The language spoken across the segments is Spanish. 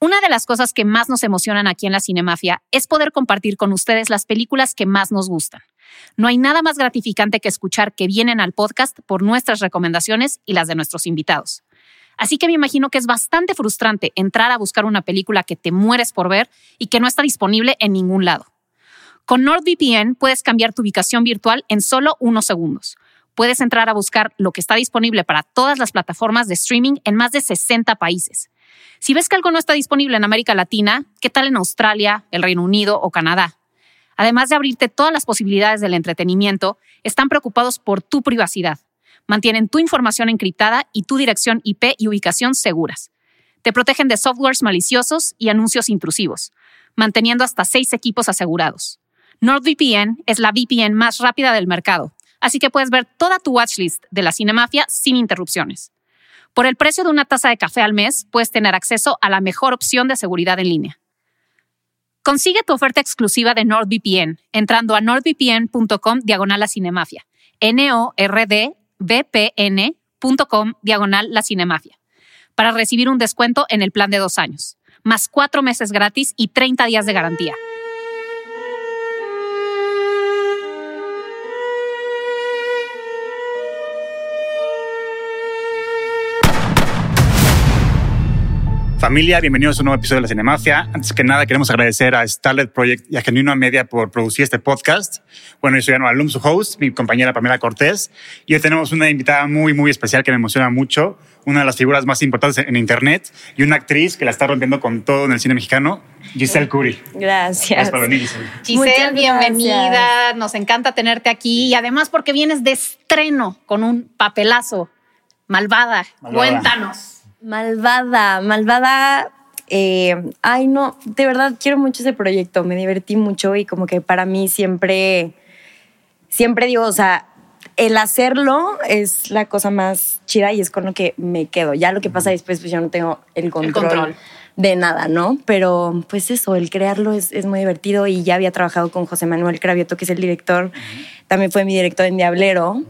Una de las cosas que más nos emocionan aquí en la Cinemafia es poder compartir con ustedes las películas que más nos gustan. No hay nada más gratificante que escuchar que vienen al podcast por nuestras recomendaciones y las de nuestros invitados. Así que me imagino que es bastante frustrante entrar a buscar una película que te mueres por ver y que no está disponible en ningún lado. Con NordVPN puedes cambiar tu ubicación virtual en solo unos segundos. Puedes entrar a buscar lo que está disponible para todas las plataformas de streaming en más de 60 países. Si ves que algo no está disponible en América Latina, ¿qué tal en Australia, el Reino Unido o Canadá? Además de abrirte todas las posibilidades del entretenimiento, están preocupados por tu privacidad mantienen tu información encriptada y tu dirección IP y ubicación seguras. Te protegen de softwares maliciosos y anuncios intrusivos, manteniendo hasta seis equipos asegurados. NordVPN es la VPN más rápida del mercado, así que puedes ver toda tu watchlist de la Cinemafia sin interrupciones. Por el precio de una taza de café al mes, puedes tener acceso a la mejor opción de seguridad en línea. Consigue tu oferta exclusiva de NordVPN entrando a nordvpn.com diagonal a Cinemafia. N-O-R-D vpn.com diagonal la cinemafia para recibir un descuento en el plan de dos años, más cuatro meses gratis y 30 días de garantía. Familia, bienvenidos a un nuevo episodio de La Cinemafia. Antes que nada, queremos agradecer a Starlet Project y a Genuino Media por producir este podcast. Bueno, yo soy Ana Alum, su host, mi compañera Pamela Cortés. Y hoy tenemos una invitada muy, muy especial que me emociona mucho, una de las figuras más importantes en Internet y una actriz que la está rompiendo con todo en el cine mexicano, Giselle Curi. Gracias. Gracias por venir, Giselle. Giselle, Muchas bienvenida. gracias. Nos encanta tenerte aquí y además porque vienes de estreno con un papelazo. Malvada, Malvada. cuéntanos. Malvada, malvada. eh, ay, no, de verdad quiero mucho ese proyecto. Me divertí mucho y como que para mí siempre, siempre digo, o sea, el hacerlo es la cosa más chida y es con lo que me quedo. Ya lo que pasa después, pues yo no tengo el control, control. de nada, ¿no? Pero pues eso, el crearlo es, es muy divertido y ya había trabajado con José Manuel Cravioto, que es el director. También fue mi director en Diablero.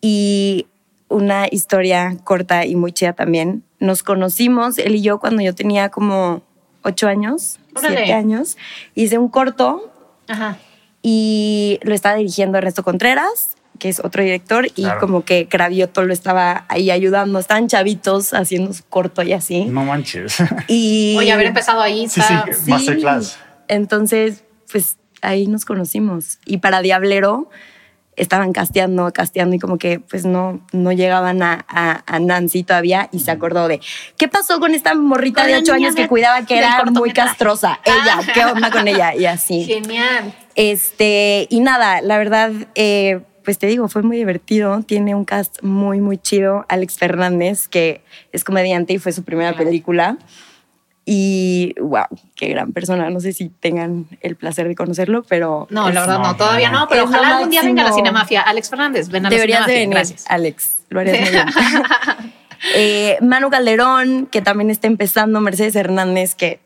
y una historia corta y muy chida también. Nos conocimos, él y yo, cuando yo tenía como ocho años, Órale. siete años. Hice un corto Ajá. y lo estaba dirigiendo Ernesto Contreras, que es otro director, y Claro. como que Cravioto lo estaba ahí ayudando. Estaban chavitos haciendo su corto y así. No manches. Y Oye, haber empezado ahí Sí, está- sí. Masterclass. Entonces, pues ahí nos conocimos. Y para Diablero estaban casteando, casteando y como que pues no, no llegaban a, a- a Nancy todavía y se acordó de ¿qué pasó con esta morrita Con de la ocho niña años de- que cuidaba que del era muy cortometraje". castrosa? Ella, ¿qué onda con ella? Y así. Genial. Este, y nada, la verdad, eh, pues te digo, fue muy divertido. Tiene un cast muy, muy chido. Alex Fernández, que es comediante y fue su primera película. Y wow, qué gran persona. No sé si tengan el placer de conocerlo, pero. No, es- la verdad no, no, todavía no, no. pero Es lo ojalá algún día venga a la máximo. Cinemafia. Alex Fernández, ven a la Deberías de Cinemafia. venir, Gracias. Alex. Lo harías muy bien. Eh, Manu Calderón, que también está empezando. Mercedes Hernández, que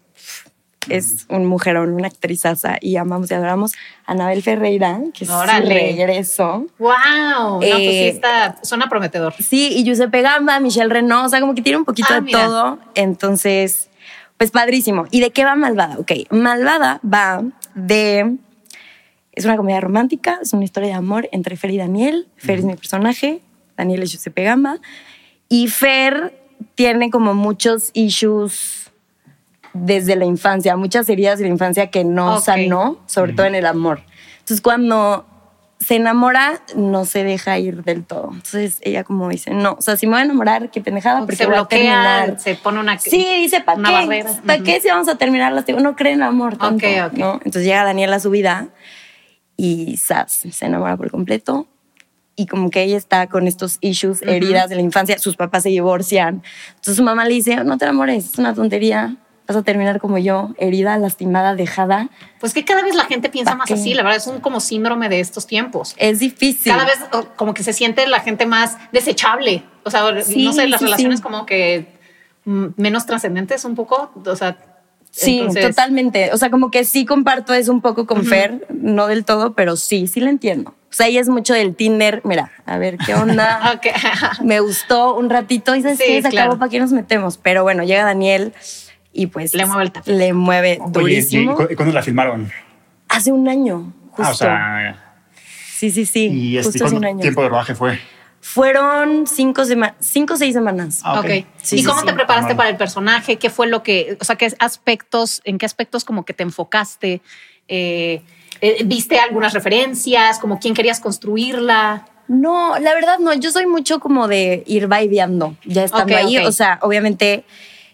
es un mujerón, una actrizaza y amamos y adoramos. Anabel Ferreira, que es su Órale. regreso. Wow, no, pues sí Eh, está, suena prometedor. Sí, y Giuseppe Gamba, Michelle Renault, o sea, como que tiene un poquito Ah, de mira. todo. Entonces, pues padrísimo. ¿Y de qué va Malvada? Ok, Malvada va de... Es una comedia romántica, es una historia de amor entre Fer y Daniel. Fer es mi personaje, Daniel es Giuseppe Gamba. Y Fer tiene como muchos issues desde la infancia, muchas heridas de la infancia que no Ok. sanó, sobre todo en el amor. Entonces, cuando se enamora, no se deja ir del todo. Entonces, ella como dice, no, o sea, si me voy a enamorar, qué pendejada, porque se voy a bloquea, terminar. se pone una Sí, dice, ¿para una qué? barrera. ¿Para Ujú. qué si vamos a terminar las No cree en amor tanto, Ok, ok. ¿no? Entonces llega Daniel a su vida y zas, se enamora por completo. Y como que ella está con estos issues, heridas de la infancia, sus papás se divorcian. Entonces su mamá le dice, no te enamores, es una tontería, vas a terminar como yo, herida, lastimada, dejada. Pues que cada vez la gente piensa ¿Pa' más qué? así, la verdad es un como síndrome de estos tiempos. Es difícil. Cada vez oh, como que se siente la gente más desechable, o sea, Sí, no sé, las sí, relaciones sí. como que mm, menos trascendentes un poco, o sea, Sí, entonces- totalmente. O sea, como que sí comparto eso un poco con Fer, no del todo, pero sí, sí la entiendo. O sea, ella es mucho del Tinder, mira, a ver qué onda. Ok. Me gustó un ratito y sabes Sí, qué, se claro. acabó para qué nos metemos. Pero bueno, llega Daniel, Y pues. Le mueve el tapete. Le mueve Oye, ¿y- durísimo. ¿y cu- y cuándo la filmaron? Hace un año, justo. Ah, o sea, sí, sí, sí. ¿y este, justo hace un cuánto año. tiempo de rodaje fue? Fueron cinco, sema- cinco o seis semanas. Ah, ok. Ok. Sí, ¿Y sí, cómo sí. te preparaste Normal. para el personaje? ¿Qué fue lo que, o sea, qué aspectos, en qué aspectos como que te enfocaste? Eh, eh, ¿Viste algunas referencias? ¿Como quién querías construirla? No, la verdad no. Yo soy mucho como de ir vibeando, ya estando Ok, ahí. ok. O sea, obviamente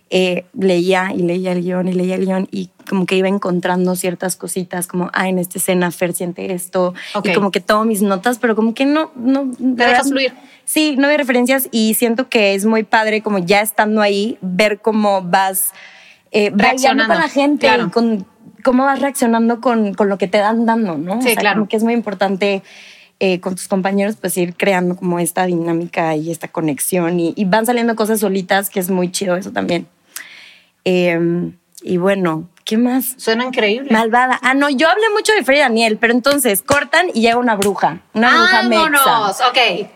eh, leía y leía el guión y leía el guión y como que iba encontrando ciertas cositas como, ah, en esta escena Fer siente esto. Ok. Y como que tomo mis notas, pero como que no... no de Te dejas fluir. Sí, no hay referencias y siento que es muy padre como ya estando ahí, ver cómo vas eh, bailando Reaccionando, con la gente claro. y con cómo vas reaccionando con, con lo que te dan dando, ¿no? Sí, claro. como que es muy importante eh, con tus compañeros pues ir creando como esta dinámica y esta conexión y, y van saliendo cosas solitas que es muy chido eso también. Eh, y bueno, ¿qué más? Suena increíble. Malvada. Ah, no, yo hablé mucho de Freddy Daniel, pero entonces cortan y llega una bruja, una bruja mexa. ¡Vámonos! Ok.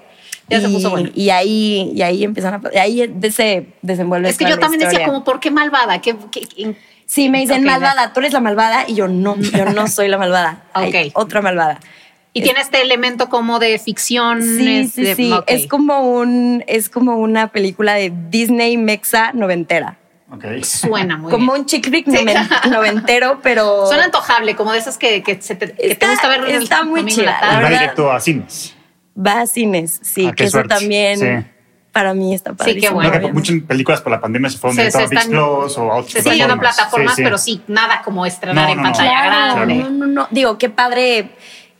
Ya se Y- puso bueno. Y ahí, y ahí empiezan a. Ahí de- se desenvuelve. Es que toda yo la también decía historia. como, ¿por qué malvada? ¿Qué, qué- qué- Sí, me dicen Ok, ya. malvada, tú eres la malvada. Y yo no, yo no soy la malvada. Hay Ok. otra malvada. Y tiene este elemento como de ficción. Sí, es sí, de- sí. ok. Mm, Es como un, es como una película de Disney Mexa noventera. Ok. Suena muy como bien. un chick flick noven- noventero, pero. Suena antojable, como de esas que, que, se te, que te Está- gusta ver el está muy domingo en la chida, tarde. Y va verdad- directo a cines. Va a cines, sí, Ah, qué que eso suerte. también Sí. para mí está padrísimo. Bueno, Creo que obviamente. muchas películas por la pandemia se fueron Se- directo se a Vix están- Plus o a otras Se siguen en plataformas. plataformas, pero sí, nada como estrenar No, en no, no. pantalla Claro, grande. no, no, no. Digo, qué padre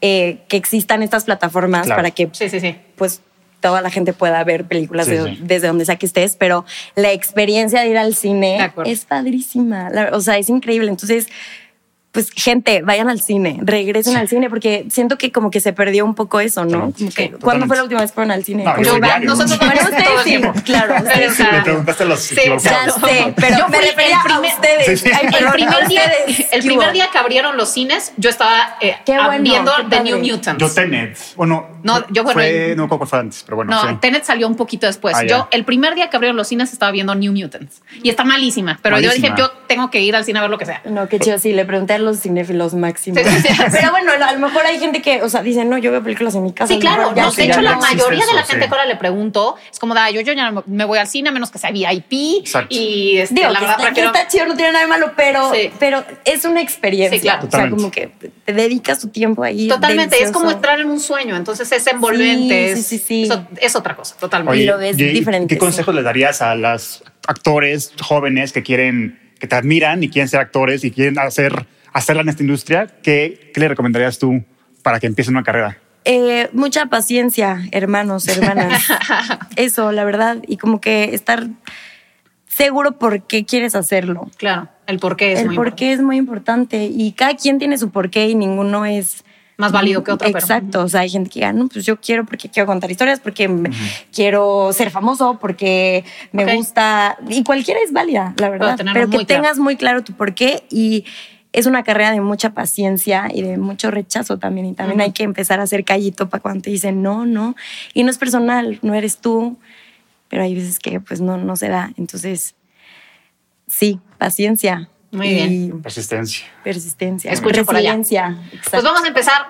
eh, que existan estas plataformas Claro. para que Sí, sí, sí. pues toda la gente pueda ver películas Sí, de- sí. desde donde sea que estés, pero la experiencia de ir al De cine acuerdo. es padrísima. La- o sea, es increíble. Entonces, pues, gente, vayan al cine, regresen al cine, porque siento que como que se perdió un poco eso, ¿no? Totalmente. Como que, Sí, ¿Cuándo fue totalmente. la última vez que fueron al cine? No, Pues, Como- yo- Yo, voy diario. nosotros Bueno, vamos ustedes todo el sí, tiempo. claro, Pero, ustedes o sea, sí. Le preguntaste a los sí, equivocados. ya exacto. sé, pero Yo fui me el refería a primer- ustedes. Sí, sí. Ay, El perdón, primer, a día, ustedes. el ¿Qué primer hubo? día que abrieron los cines, yo estaba eh, Qué bueno, viendo qué The padre. New Mutants. Yo Tenet. Bueno, No, yo, bueno, fue, el- no me acuerdo cuál fue antes, pero bueno. no, sí. Tenet salió un poquito después. Ah, ya. yo, el primer día que abrieron los cines, estaba viendo New Mutants. Y está malísima, pero yo Malísima. dije, yo tengo que ir al cine a ver lo que sea. No, qué chido, sí, le pregunté a los cinéfilos máximos. Sí, sí, sí. Pero bueno, a lo mejor hay gente que, o sea, dice, no, yo veo películas en mi casa. Sí, claro. mejor ya No, que de que hecho, no la existe mayoría de la eso, gente sí. que ahora le pregunto es como, da, yo, yo ya no me voy al cine a menos que sea VIP. Exacto. Y este, Digo, la que verdad está, que prefiero... está chido, no tiene nada de malo, pero, Sí. pero es una experiencia. Sí, claro. O sea, Totalmente. como que te dedicas tu tiempo ahí. Totalmente, es como delicioso. entrar en un sueño, entonces es envolvente, Sí, es, sí, sí, sí. Es, ot- es otra cosa, totalmente. Oye, lo ves Jay, diferente, ¿Qué consejos le darías a los actores jóvenes que quieren, que te admiran y quieren ser actores y quieren hacer, hacerla en esta industria? ¿Qué, qué le recomendarías tú para que empiecen una carrera? Eh, mucha paciencia, hermanos, hermanas. Eso, la verdad. Y como que estar seguro por qué quieres hacerlo. claro, el por qué es el muy por qué es muy importante y cada quien tiene su porqué y ninguno es Más válido que otro, pero- Exacto, o sea, hay gente que diga, no, pues yo quiero porque quiero contar historias, porque me- quiero ser famoso, porque me Ok. gusta y cualquiera es válida, la verdad, tenerlo pero que muy claro. tengas muy claro tu porqué y es una carrera de mucha paciencia y de mucho rechazo también y también hay que empezar a hacer callito para cuando te dicen no, no y no es personal, no eres tú, pero hay veces que pues no no se da, entonces Sí, paciencia. Muy y bien. Persistencia. Persistencia. Escucho por allá. Resiliencia, Pues exacto. vamos a empezar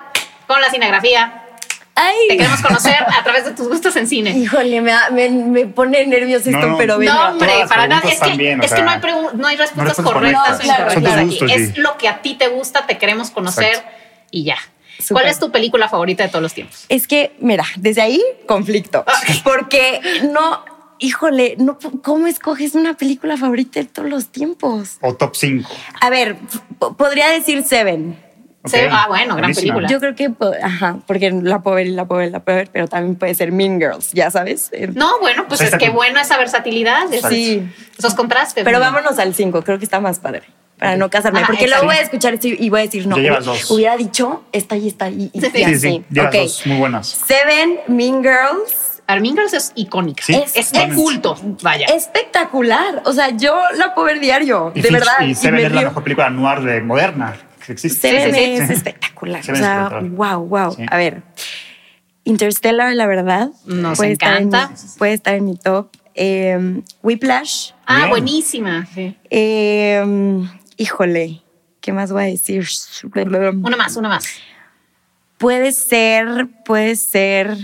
con la cinegrafía. Te ¡Ay! queremos conocer a través de tus gustos en cine. Híjole, me, me, me pone nervioso No, esto, no. pero venga. No, hombre, Todas las para nada. preguntas Es que, también, o es que sea, no, hay pregun- no hay respuestas respuestas correctas o correctas, claro, incorrectas claro. aquí. Son tus gustos, Es sí. lo que a ti te gusta, te queremos conocer Exacto. y ya. Súper. ¿Cuál es tu película favorita de todos los tiempos? Es que, mira, desde ahí, conflicto. Porque no, híjole, no, pu- ¿cómo escoges una película favorita de todos los tiempos? O top 5. A ver, p- podría decir Seven. Se- ah, bueno, gran película. Yo creo que, po- ajá, porque la puedo ver y la puedo ver, la puedo ver, pero también puede ser Mean Girls, ya sabes. Eh, No, bueno, pues O sea, es esta- que buena esa versatilidad. es- Sí. Esos contrastes. Pero mira. vámonos al 5, creo que está más padre. Para no casarme, Ah, porque exacto. luego voy a escuchar esto y voy a decir, no, Ya llevas hubiera- dos. hubiera dicho, esta y esta y, y, Sí, y sí. Sí, así. sí, llevas Ok. dos muy buenas. Seven, Mean Girls, Para mí, Girls es icónica. Sí, es de totalmente. culto. Vaya. espectacular. O sea, yo la puedo ver diario, Y de Finch- verdad. Y y Seven me es la río. mejor película noir de moderna que existe. Seven Sí, sí, sí. es espectacular. Seven o es sea, espectacular. wow, wow. Sí. A ver, Interstellar, la verdad. Nos estar en mi- encanta. puede estar en mi top. Eh, Whiplash. Ah, Bien. buenísima. Sí. Eh, híjole, ¿qué más voy a decir? Una más, una más. Puede ser, puede ser,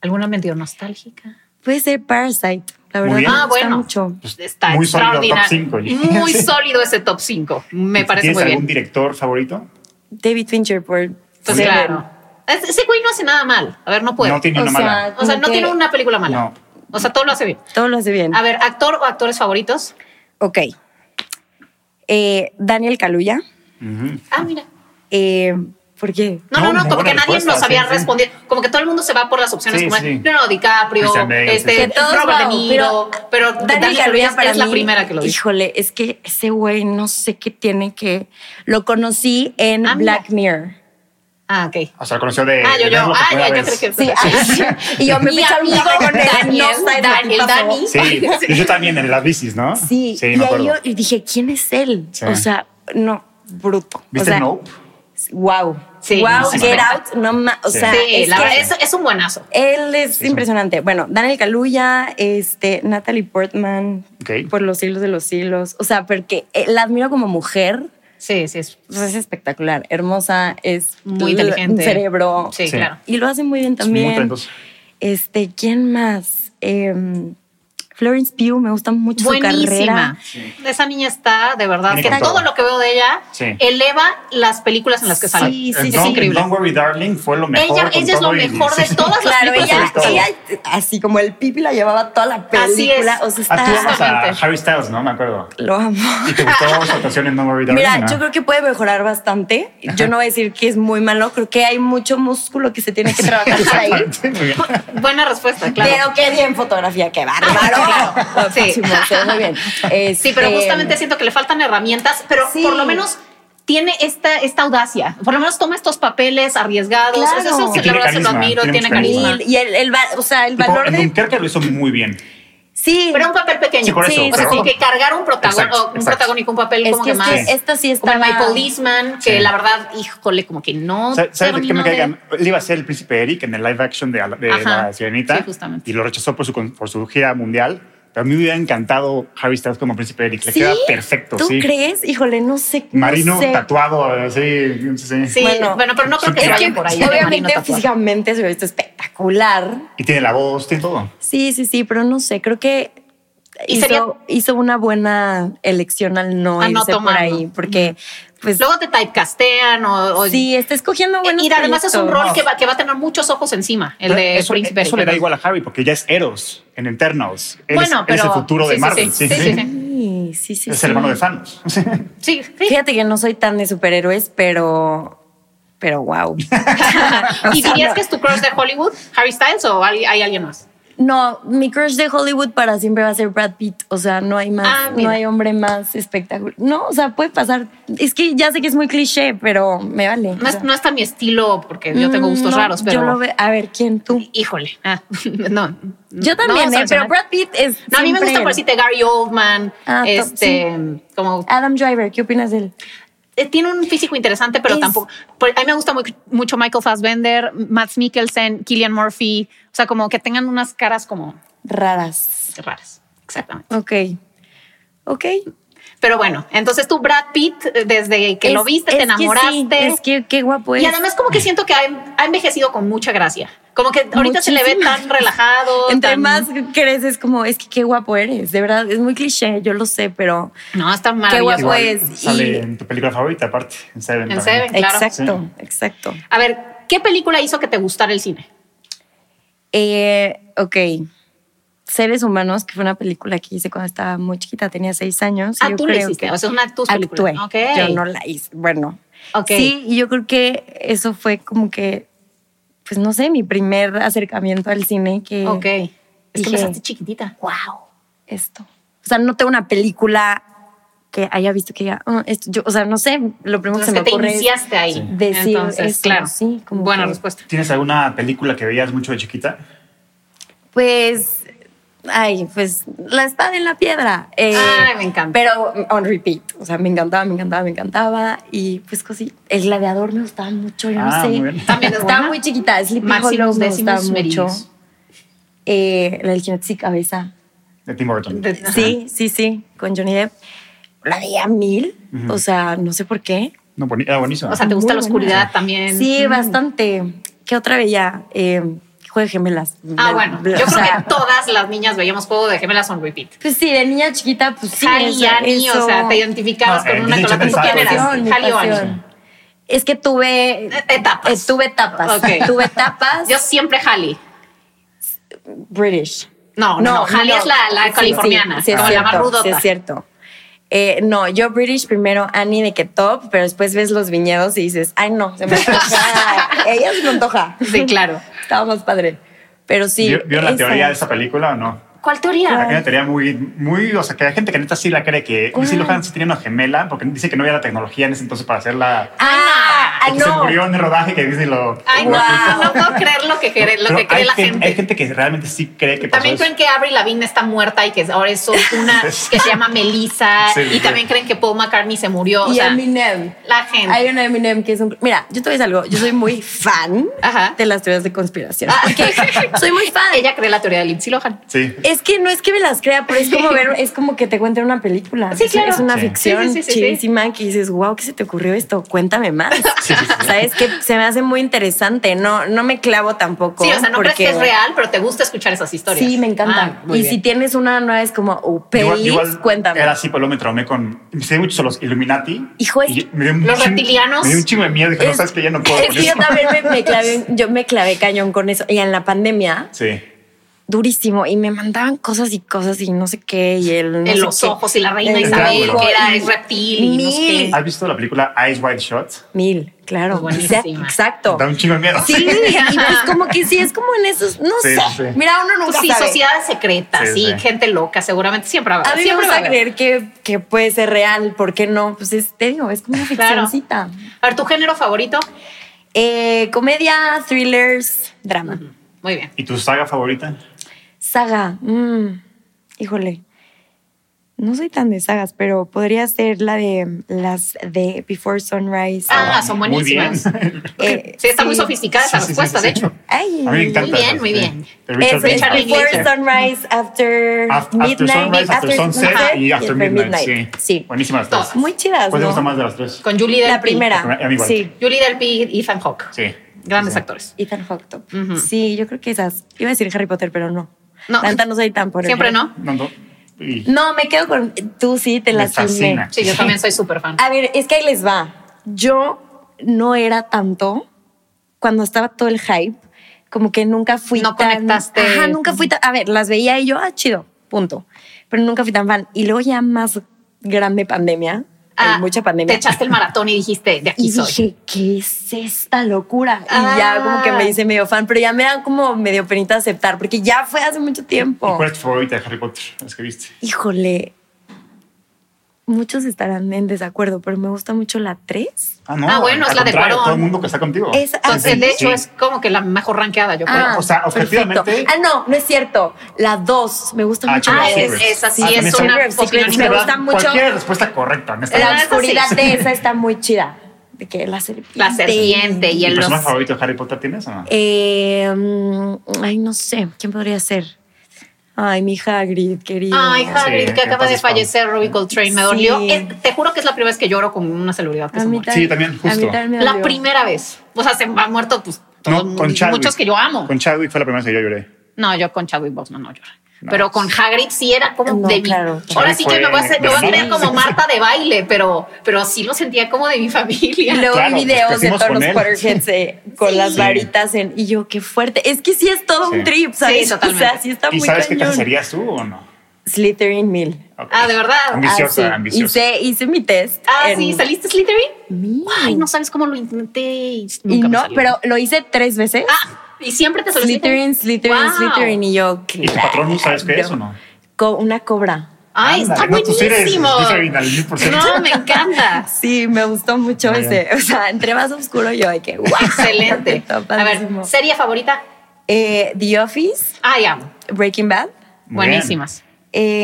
¿Alguna medio nostálgica? puede ser Parasite. La Muy verdad, bien. me Ah, gusta bueno. mucho. Está Muy sólido, top extraordinario. cinco. Muy sólido ese top 5. Me parece ¿Tienes muy bien. algún director favorito? David Fincher por Pues Seven. claro. Ese ese güey no hace nada mal. A ver, no puede. No tiene Pues, O una sea, mala. o sea, no como tiene que una película mala. No. O sea, todo lo hace bien. Todo lo hace bien. A ver, actor o actores favoritos. Ok. Eh, Daniel Kaluuya. Ujú. Ah, mira. Eh, ¿Por qué? No, no, No, no, muy como buena que nadie respuesta, nos había sí, sí. respondido. Como que todo el mundo se va por las opciones Sí, como sí. Leonardo DiCaprio, Christian Bale, sí, este, sí. Que todos, Robert De wow, Niro, pero, Daniel Kaluuya es, la mí, primera que lo dijo. Híjole, es que ese güey no sé qué tiene que. Lo conocí en Ah, mira. Black Mirror. Ah, ok. O sea, conoció de. Ah, yo, yo. de verlo por Ah, primera ya, yo vez. creo que Sí, ah, y yo me Mi puse a amigo hablar con él. Daniel, no sabes lo Dan- que el pasó. Dani. Sí, y yo también en las bicis, ¿no? Sí, Sí, y me ahí acuerdo. yo y dije, ¿quién es él? Sí. O sea, no, bruto. ¿Viste o sea, Nope? Wow. Sí, wow, sí, Get sí. Out, no ma- O Sí. sea, sí, es la que verdad, es, es un buenazo. él es Sí, es impresionante. Bueno, Daniel Kaluuya, este, Natalie Portman, Ok. por los hilos de los hilos. O sea, porque eh, la admiro como mujer. Sí, sí, es O sea, es espectacular, hermosa, es muy l- inteligente. Un cerebro. Sí, Sí. claro. Y lo hace muy bien Es muy también. talentoso. Este, ¿quién más? Em, Florence Pugh, me gusta mucho su Buenísima. carrera. Esa niña está, de verdad, Tiene que con todo todo. lo que veo de ella Sí. eleva las películas en las que Sí, sale. sí, Ah, sí, en es Don't, increíble. Don't Worry Darling fue lo mejor. Ella, con ella es lo todo y- mejor mejor de todas las Claro, películas. en ella, las que sale. ella, así como el pipi la llevaba toda la Así es. película. O sea, Ah, tú amas está, Actúa. a Exactamente. Harry Styles, ¿no? Me acuerdo. lo amo. ¿Y te gustó su actuación en Don't Worry Darling? Mira, ¿no? yo creo que puede mejorar bastante. Yo no voy a decir que es muy malo, creo que hay mucho músculo que se tiene que trabajar por ahí. Sí, muy bien. Buena respuesta, claro. Pero qué bien fotografía, qué claro. bárbaro. Sí. Guapísimo, se ve muy bien. sí, pero Este, justamente siento que le faltan herramientas, pero Sí. por lo menos tiene esta, esta audacia. Por lo menos toma estos papeles arriesgados. Claro. Eso, eso, Y la tiene verdad se lo carisma, admiro, tiene tiene mucho carisma. Y, y el, el va- o sea, el Tipo, valor en de. Dunkerque lo hizo muy bien. Sí, Pero un papel pequeño. Sí, por eso, o sea, pero- como que cargar un, protagon- Exacto, o un exacto. protagónico, un papel es como que que este- más. esta sí Como está. en My Policeman, que Sí. la verdad, híjole, como que no. Sa- ¿Sabes de qué me terminó de- caigan? Él iba a ser el príncipe Eric en el live action de, de Ajá, La Sirenita. sí, justamente. Y lo rechazó por su, con- por su gira mundial. Pero a mí me hubiera encantado Harry Styles como príncipe Eric. Le ¿Sí? queda perfecto, ¿Tú sí. crees? Híjole, no sé. no Marino sé. tatuado, así. Sí, sí. Sí, bueno, Bueno. pero no creo que Es se que vayan por ahí. de Marino Obviamente, pues, Tatuaje. físicamente se ve esto espectacular. Y tiene la voz, tiene todo. Sí, sí, sí, pero no sé, creo que Y hizo, sería- hizo una buena elección al no Al no irse por tomarlo. ahí, porque pues Luego te typecastean o. o- sí, está escogiendo buenos Eh, y además es un proyectos. rol que va, que va a tener muchos ojos encima, el Pero de eso, Príncipe eso le Eric. da igual a Harry porque ya es Eros en Eternals. Él es- Bueno, él es, pero- el futuro sí, de sí, Marvel. sí, sí, Sí, sí, sí, Sí, sí, sí. Es sí. el hermano de Thanos. Sí, sí. Fíjate que no soy tan de superhéroes, pero pero wow. ¿Y dirías que es tu crush de Hollywood, Harry Styles o hay, hay alguien más? No, mi crush de Hollywood para siempre va a ser Brad Pitt. O sea, no hay más, Ah, mira. no hay hombre más espectacular. No, o sea, puede pasar. Es que ya sé que es muy cliché, pero me vale. No, O es, sea, no está mi estilo porque yo tengo mm, gustos no, raros, pero. Yo lo veo. A ver, ¿quién tú? Híjole. Ah, no. Yo también, no, eh, pero Brad Pitt es. No, a mí me siempre gusta por él. decirte Gary Oldman, Ah, to- este, como Adam Driver, ¿qué opinas de él? eh, tiene un físico interesante, pero Es- tampoco. por- a mí me gusta muy- mucho Michael Fassbender, Matt Mikkelsen, Killian Murphy, o sea, como que tengan unas caras como Raras. raras. Exactamente. Ok. Ok. Pero bueno, entonces tú, Brad Pitt, eh, desde que Es- lo viste, es te que sí, enamoraste. es que qué guapo es. y además eh. como que siento que ha, ha envejecido con mucha gracia. Como que ahorita se le ve Muchísimo. tan relajado. Entre tan- más creces, como es que qué guapo eres. De verdad, es muy cliché, yo lo sé, pero. No, está Qué maravilloso. guapo Igual es, Sale y- en tu película favorita, aparte, en Seven. Pues, En también. Seven. Claro. Exacto, Sí. exacto. A ver, ¿qué película hizo que te gustara el cine? Eh, ok. Seres Humanos, que fue una película que hice cuando estaba muy chiquita, tenía seis años. y ah, yo tú la creo hiciste. que O sea, es una de tus actué. películas. Ok. Yo no la hice. Bueno. Ok. Sí, y yo creo que eso fue como que, pues no sé, mi primer acercamiento al cine que Ok. Es que Dije- empezaste chiquitita. wow, esto. O sea, no tengo una película que haya visto que diga, "Ah, esto, yo, o sea, no sé, lo primero Entonces, que se me que te ocurre es iniciaste ahí. decir Entonces, eso, claro. sí, como Buena que- respuesta. ¿Tienes alguna película que veías mucho de chiquita? Pues Ay, pues la espada en la piedra. Eh, Ay, me encanta. Pero on repeat. O sea, me encantaba, me encantaba, me encantaba. Y pues cosí. El gladiador me gustaba mucho, yo Ah, no muy sé. bien. También es estaba buena. muy chiquita. Sleepy Máximos Hollow me décimos gustaba mucho. meridianos. Eh, la del jinete sin cabeza. de Tim Burton. De- Sí, sí, sí. Con Johnny Depp. La veía mil. Ujú. O sea, no sé por qué. No, boni- era buenísimo. O sea, ¿te gusta Muy la buena. oscuridad también? Sí, Mm. bastante. ¿Qué otra veía? Eh, Juego de gemelas. Ah, bueno. Bla- Yo o sea, creo que todas las niñas veíamos Juego de Gemelas on repeat. Pues sí, de niña chiquita, pues sí. Harry y eso- Annie, o eso- sea, te identificabas No, con eh, una ni con la ¿Tú siquiera quién pensaba, eras? pasión, mi Harry o pasión. Annie. Es que tuve Etapas. eh, tuve etapas. Ok. Tuve etapas. Yo siempre Hallie. British. No, no, no. Hallie es la, la Sí, californiana, sí, sí, es como la más cierto, rudota. Sí, es cierto. Eh, no, yo British primero, Annie de que top, pero después ves los viñedos y dices, ay no, se me antoja. Ella se me antoja. Sí, claro. Estaba más padre. Pero sí. ¿Vio- ¿Vieron la esa. teoría de esa película o no? ¿Cuál teoría? Hay una teoría muy, muy, o sea, que hay gente que neta sí la cree que Lindsay Lohan sí tenía una gemela, porque dice que no había la tecnología en ese entonces para hacerla. Ah, y ay que se no. murió en el rodaje que Disney lo. Ay, no, lo aplicó. no puedo creer lo que cree, lo Pero que cree hay la gen- gente. Hay gente que realmente sí cree que pasó También eso. creen que Avril Lavigne está muerta y que ahora es una que se llama Melissa. Sí, y sí. también creen que Paul McCartney se murió. o Y sea, Eminem. la gente. Hay una Eminem que es un. Mira, yo te voy a decir algo. Yo soy muy fan Ajá. de las teorías de conspiración. Ah. Porque soy muy fan. Ella cree la teoría de Lindsay Lohan. Sí. Es que no es que me las crea, pero es como ver, es como que te cuenten una película. Sí, Es- claro. Es una Sí. ficción Sí, sí, sí, sí, sí. chidísima que dices, wow, ¿qué se te ocurrió esto? Cuéntame más. Sabes que se me hace muy interesante. No, no me clavo tampoco. Sí, o sea, no crees que es real, pero te gusta escuchar esas historias. Sí, me encanta. Ah, muy y bien. si tienes una nueva es como, oh, pelis, cuéntame. Era así, pues lo me traumé con. Me sé mucho sobre los Illuminati. Hijo, es- Y me dio un Los chingo- reptilianos. Me dio un chingo de miedo. Dije, no Es- sabes que ya no puedo. es con que yo eso". también me, me clavé, yo me clavé cañón con eso. Y en la pandemia, Sí. durísimo. Y me mandaban cosas y cosas y no sé qué. Y el. no En sé los qué. ojos y la reina El Isabel, triángulo. que era Y- es reptil y no sé qué. Pues Mil. ¿Has visto la película Eyes Wide Shut? Mil, claro. Buenísima. Exact- Exacto. Da un chingo de miedo. Sí, y pues como que sí, es como en esos, no Sí, sé. sí. Mira, uno nunca Pues sí, sabe. sociedades secretas, sí, Sí, sí. gente loca, seguramente siempre va a haber. A mí me siempre va a gusta haber. creer que, que puede ser real, ¿por qué no? Pues es, te digo, es como una Claro. ficcioncita. A ver, ¿tu género favorito? Eh, comedia, thrillers, drama. Muy bien. ¿Y tu saga favorita? Saga, mm, híjole. No soy tan de sagas, pero podría ser la de las de Before Sunrise. Ah, Ah, son muy bien. buenísimas. Eh, sí, está muy sí. sofisticada esa Sí, sí, respuesta, sí, de sí. hecho. Ay. A mí me encanta. Muy bien, esa, muy sí. bien. De Es Richard Richard Linklater. Linklater. Before Sunrise, After, Af- After Midnight, Sunrise, After, Sunset Sunset y After Midnight. Sí. Sí. Buenísimas las tres. Todas. Muy chidas, ¿Cuál te gusta ¿no? más de las tres? Con Julie Delpy. La primera. A mí igual. Sí. Julie Delpy y Ethan Hawke. Sí. Grandes Sí. actores. Ethan Hawke top. Ujú. Sí, yo creo que esas. Iba a decir Harry Potter, pero no. No. No. Tanta no soy tan por el- Siempre no. No, no. Y- No, me quedo con tú sí, te Me las fascina. Sí, yo también soy súper fan. A ver, es que ahí les va. Yo no era tanto cuando estaba todo el hype, como que nunca fui No tan conectaste. Ajá, nunca fui tan A ver, las veía y yo, ah, chido, punto. Pero nunca fui tan fan. Y luego ya más grande pandemia, hay Ah, mucha pandemia. Te echaste el maratón y dijiste, de aquí Y soy. dije, ¿qué es esta locura? Y Ah. ya como que me hice medio fan, pero ya me dan como medio penita aceptar, porque ya fue hace mucho ¿Y tiempo. cuál es tu favorita de Harry Potter? Las que viste. Híjole, muchos estarán en desacuerdo, pero me gusta mucho la 3. Ah, no. Ah, bueno, al es la de contrario, Cuarón. Todo el mundo que está contigo. Es- ah, Entonces, sí, de sí. hecho, es como que la mejor rankeada, yo creo. o sea, objetivamente- Ah, perfecto. Ah, no, no es cierto. La 2, me gusta Ah, mucho Chamber la of es- 3. Secrets. esa sí Ah, también es está- una Chamber of opinión Secrets, me inmediata. gusta mucho. Cualquier respuesta correcta. La Ah, honestamente. esa sí. oscuridad de esa está muy chida. De que la serpiente. La serpiente y ¿Y el el los... personaje favorito de Harry Potter tienes o no? Eh, mm, ay, no sé, ¿quién podría ser? Ay, mi Hagrid, querido. Ay, Hagrid, Sí, que que acaba de pases, Pau. fallecer, Robbie Coltrane, me Sí. dolió. Es- te juro que es la primera vez que lloro con una celebridad que A se mí muere. Sí, también, a mí justo. también me La dolió. primera vez. O sea, se han muerto pues, todos, no, con Chadwick. muchos que yo amo. Con Chadwick fue la primera vez que yo lloré. No, yo con Chadwick Boseman no lloré. Pero con Hagrid sí era como No, de mi... claro. Ahora Chadwick sí que me voy a hacer, me voy a fue- tener como Marta de baile, pero, pero sí lo sentía como de mi familia. Y luego Claro, pues, vi videos de crecimos todos con los él. Potterheads eh, con Sí. las Sí. varitas en. Y yo, qué fuerte. Es que sí es todo Sí. un trip, Sí, ¿sabes? o totalmente. sea, sí está ¿Y muy sabes qué cañón. clase serías tú o no? Slytherin Mill. Ok. Ah, ¿de verdad? Ambiciosa, Ah, sí. ambiciosa. Hice, hice mi test. Ah, en- sí, ¿saliste Slytherin? Mil. Ay, no sabes cómo lo intenté y Y nunca me no, salió. pero lo hice tres veces. Ah, y siempre te salió Slytherin, Slytherin, Wow. Slytherin. Y yo, ¿Y tu patrón sabes qué es o no? Co- una cobra. Ay, está Ándale, no, tú sí eres buenísimo. Slytherin al 1000%. No, me encanta. Sí, me gustó mucho Muy bien. ese. O sea, entre más oscuro yo, hay que. Excelente. Está A ver, padrísimo. serie favorita. Eh, The Office, Ay, amo. Breaking Bad. Muy Buenísimas.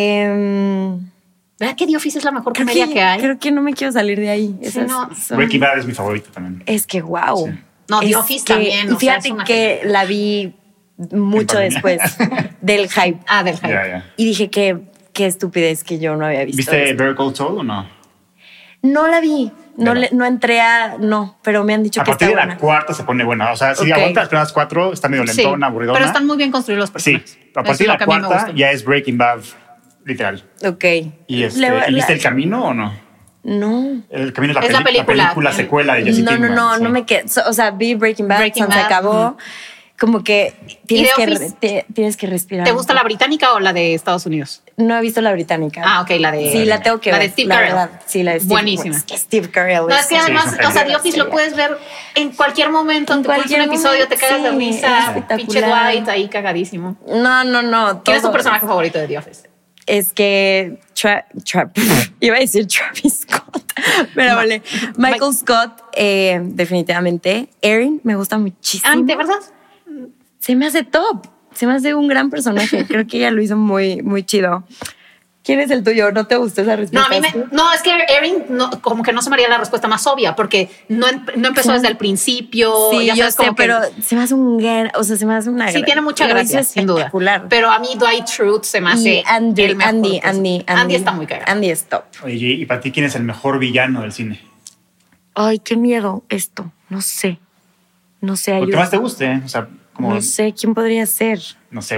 Eh, ¿Verdad que The Office es la mejor creo, comedia que, que, hay? creo que no me quiero salir de ahí. Sí, Esas no. bien. son- Breaking Bad es mi favorito también. Es que wow. Sí. No, The Es Office que- también, y o sea, es fíjate una- que la vi mucho En pandemia. después del hype. Ah, del Ya, hype. ya. Y dije que qué estupidez que yo no había visto. ¿Viste esto. Very Cold Soul o no? No la vi. No, Vela. le- no entré a. No, pero me han dicho A que está partir de la buena. cuarta se pone buena. O sea, si Ok. aguanta las primeras cuatro, está medio Sí, lentona, aburridona. pero están muy bien construidos los Sí, personajes. a Eso es partir de lo la que a mí me cuarta gusta. ya es Breaking Bad, literal. Ok. ¿Y este, Le voy a- ¿viste la- el camino o no? No. El camino es la, Es la peli- la película. película secuela de Jesse no, no, Pinkman, no, sí. no me quedé. o sea, vi Breaking Bad, Breaking Sans se Bad, acabó. ujú. Como que tienes The que, Office? re- te- tienes que respirar. ¿Te un gusta la poco. británica o la de Estados Unidos? No he visto la británica. Ah, ok, la de. Sí, la tengo que La ver. de Steve la Carell. verdad. Sí, la de Steve Buenísima. Es que Steve Carell. No, es que Sí, además, es o sea, The Office lo Sí. puedes ver en cualquier momento. En te pones cualquier un episodio, te cagas de momento, sí, risa. es Pinche espectacular. Dwight ahí cagadísimo. No, no, no. ¿Quién es tu todo. personaje favorito de The Office? Es que Tra- Tra- iba a decir Travis Scott, pero vale. Michael Scott, eh, definitivamente. Erin me gusta muchísimo. Ah, ¿De verdad? Se me hace top. Se me hace un gran personaje. Creo que ella lo hizo muy, muy chido. ¿Quién es el tuyo? ¿No te gustó esa respuesta? No, a mí me, ¿Sí? no, es que Erin no- como que no se me haría la respuesta más obvia porque no, em- no empezó Sí. desde el principio. Sí, ya yo sabes, sé, como que- pero se me hace un gran, o sea, se me hace una Sí, gran- tiene mucha lo gracia, hizo sin duda. Ah, Espectacular. Pero a mí Dwight Truth se me hace y Andy, el mejor Andy, Andy, personaje. Andy, está muy cagado. Andy es top. Oye, ¿y para ti quién es el mejor villano del cine? Ay, qué miedo esto. No sé. No sé, Lo que ayuda. Pues más te guste, ¿eh? o sea, como, No sé quién podría ser.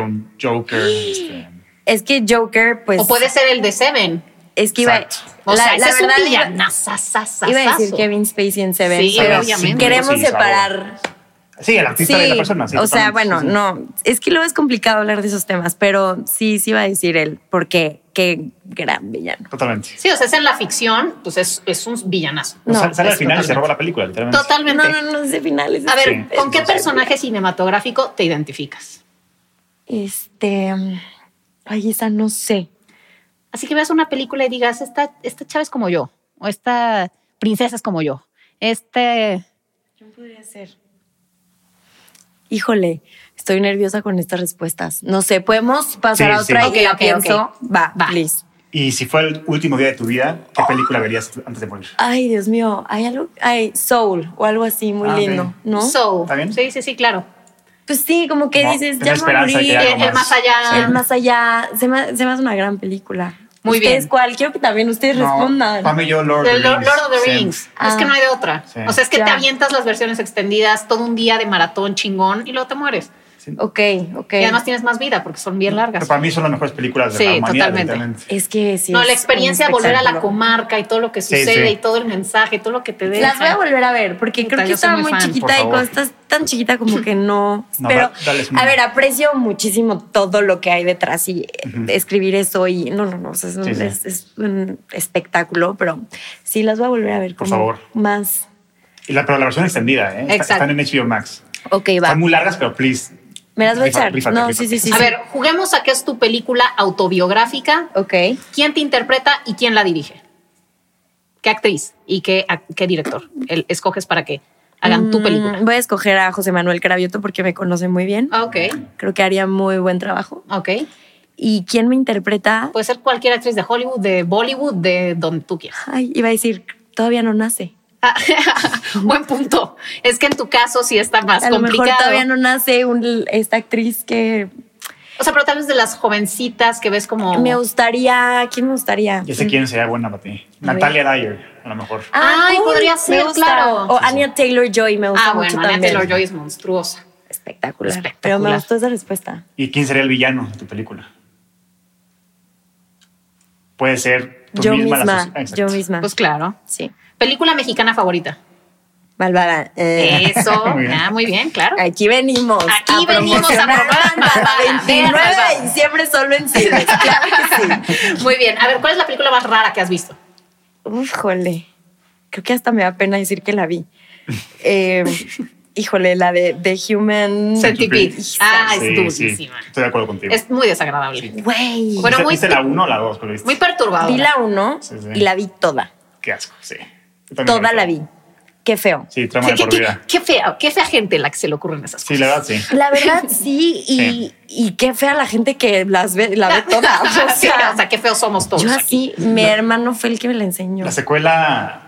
un Joker. este, Es que Joker, pues. O puede ser el de Seven. Es que iba. Exacto. O sea, ese es un iba- villanazazazazazo. Iba a decir Kevin Spacey en Seven. Sí, pero obviamente. Queremos Sí, sí, separar. Sí, el artista de la persona. sí, o sea, totalmente, bueno, sí, sí. no. Es que luego es complicado hablar de esos temas, pero sí, sí iba a decir él, porque qué gran villano. Totalmente. Sí, o sea, es en la ficción, pues es, es un villanazo. No, No, sale sale al es final y se totalmente. roba la película, literalmente. Totalmente. No, no, no, ese final es. A ver, Sí, ¿con sí, qué sí, sí. personaje cinematográfico te identificas? Este. Ay, esa no sé. Así que veas una película y digas, esta, esta chava es como yo, o esta princesa es como yo, este... ¿Quién podría ser? Híjole, estoy nerviosa con estas respuestas. No sé, podemos pasar Sí, a otra sí. y que Ok, la ok, pienso. Va, Va. please. Y si fue el último día de tu vida, ¿qué película verías antes de morir? Ay, Dios mío, hay algo, ay, Soul o algo así muy Ah, ok. lindo, ¿no? So, ¿Está bien? sí, sí, sí, claro. Pues sí, como que Como dices, tener ya me esperanza de morí, que algo el- el más allá. el más allá, se me, se me hace una gran película. Muy ¿Ustedes bien. cuál? Quiero que también ustedes No, respondan. Pam y yo, Lord, El Lord, of Lord of the Sí. Rings. Ah. Es que no hay de otra. Sí. O sea, es que te Ya. avientas las versiones extendidas, todo un día de maratón chingón y luego te mueres. Ok, ok. Y además tienes más vida porque son bien largas. Pero para mí son las mejores películas de Sí, la humanidad, totalmente. literalmente. es que sí. no, es la experiencia de un volver a la espectáculo. comarca y todo lo que Sí, sucede sí. y todo el mensaje, todo lo que te deja. Las voy a volver a ver porque Puta, creo que yo soy estaba muy muy fan. Por chiquita y favor. cuando estás tan chiquita como que no. No, pero da- dales una. a ver, aprecio muchísimo todo lo que hay detrás y eh, escribir eso y no, no, no, o sea, es, un, Sí, sí. es- es un espectáculo, pero sí las voy a volver a ver Por como favor. más. Y la, pero la versión extendida, ¿eh? Está- Exacto. Están en HBO Max. Ok, va. Están muy largas, pero please. Me las voy a rifa- echar. rífate, no, rífate. sí, sí, sí. a sí. ver, juguemos a que es tu película autobiográfica. Ok. ¿Quién te interpreta y quién la dirige? ¿Qué actriz y qué, ac- qué director el, escoges para que hagan tu Mm, película? Ah. Voy a escoger a José Manuel Cravioto porque me conoce muy bien. Ok, Creo que haría muy buen trabajo. ok. ¿Y quién me interpreta? Puede ser cualquier actriz de Hollywood, de Bollywood, de donde tú quieras. Ay, iba a decir, todavía no nace. Ah, Buen punto. Es que en tu caso sí está más a lo mejor complicado. todavía no nace un- esta actriz que O sea, pero tal vez de las jovencitas que ves como. me gustaría. ¿Quién me gustaría? Ya sé quién sería buena para ti. A ver. Natalia Dyer, a lo mejor. Ay, podría me ser, gusta. claro. O Anya Taylor Joy me gusta Ah, bueno, mucho Anya también. Taylor Joy es monstruosa. Espectacular. Espectacular. Pero me gustó esa respuesta. ¿Y quién sería el villano de tu película? Puede ser tú yo misma. la misma, asoci- Ah, exacto. yo misma. Pues claro. sí. Película mexicana favorita. Malvada. eh. Eso. Muy bien. Ah, muy bien, claro. Aquí venimos. Aquí venimos a promocionar promover bandas. Malvada. 29 Vean Malvada. de diciembre solo en cines. Claro que sí. Muy bien. A ver, ¿cuál es la película más rara que has visto? Uf, jole. Creo que hasta me da pena decir que la vi. Eh, híjole, la de The Human. Centipede. Centipede. Ah, Sí, es sí, durísima. Estoy de acuerdo contigo. Es muy desagradable. Güey. Bueno, ¿Viste- muy- ¿Viste la 1 o la 2? Viste? Muy perturbadora. Vi la uno Sí, sí. y la vi toda. Qué asco, sí. Yo también Toda vi la vi. Qué feo. Sí, trama de qué, por qué- vida. qué fea, qué fea gente la que se le ocurren esas Sí, la verdad, sí. La verdad, sí, y, y qué fea la gente que las ve, la ve toda. cosas. O Sí, sea, o sea, qué feos somos todos. yo aquí. así, mi hermano fue el que me la enseñó. La secuela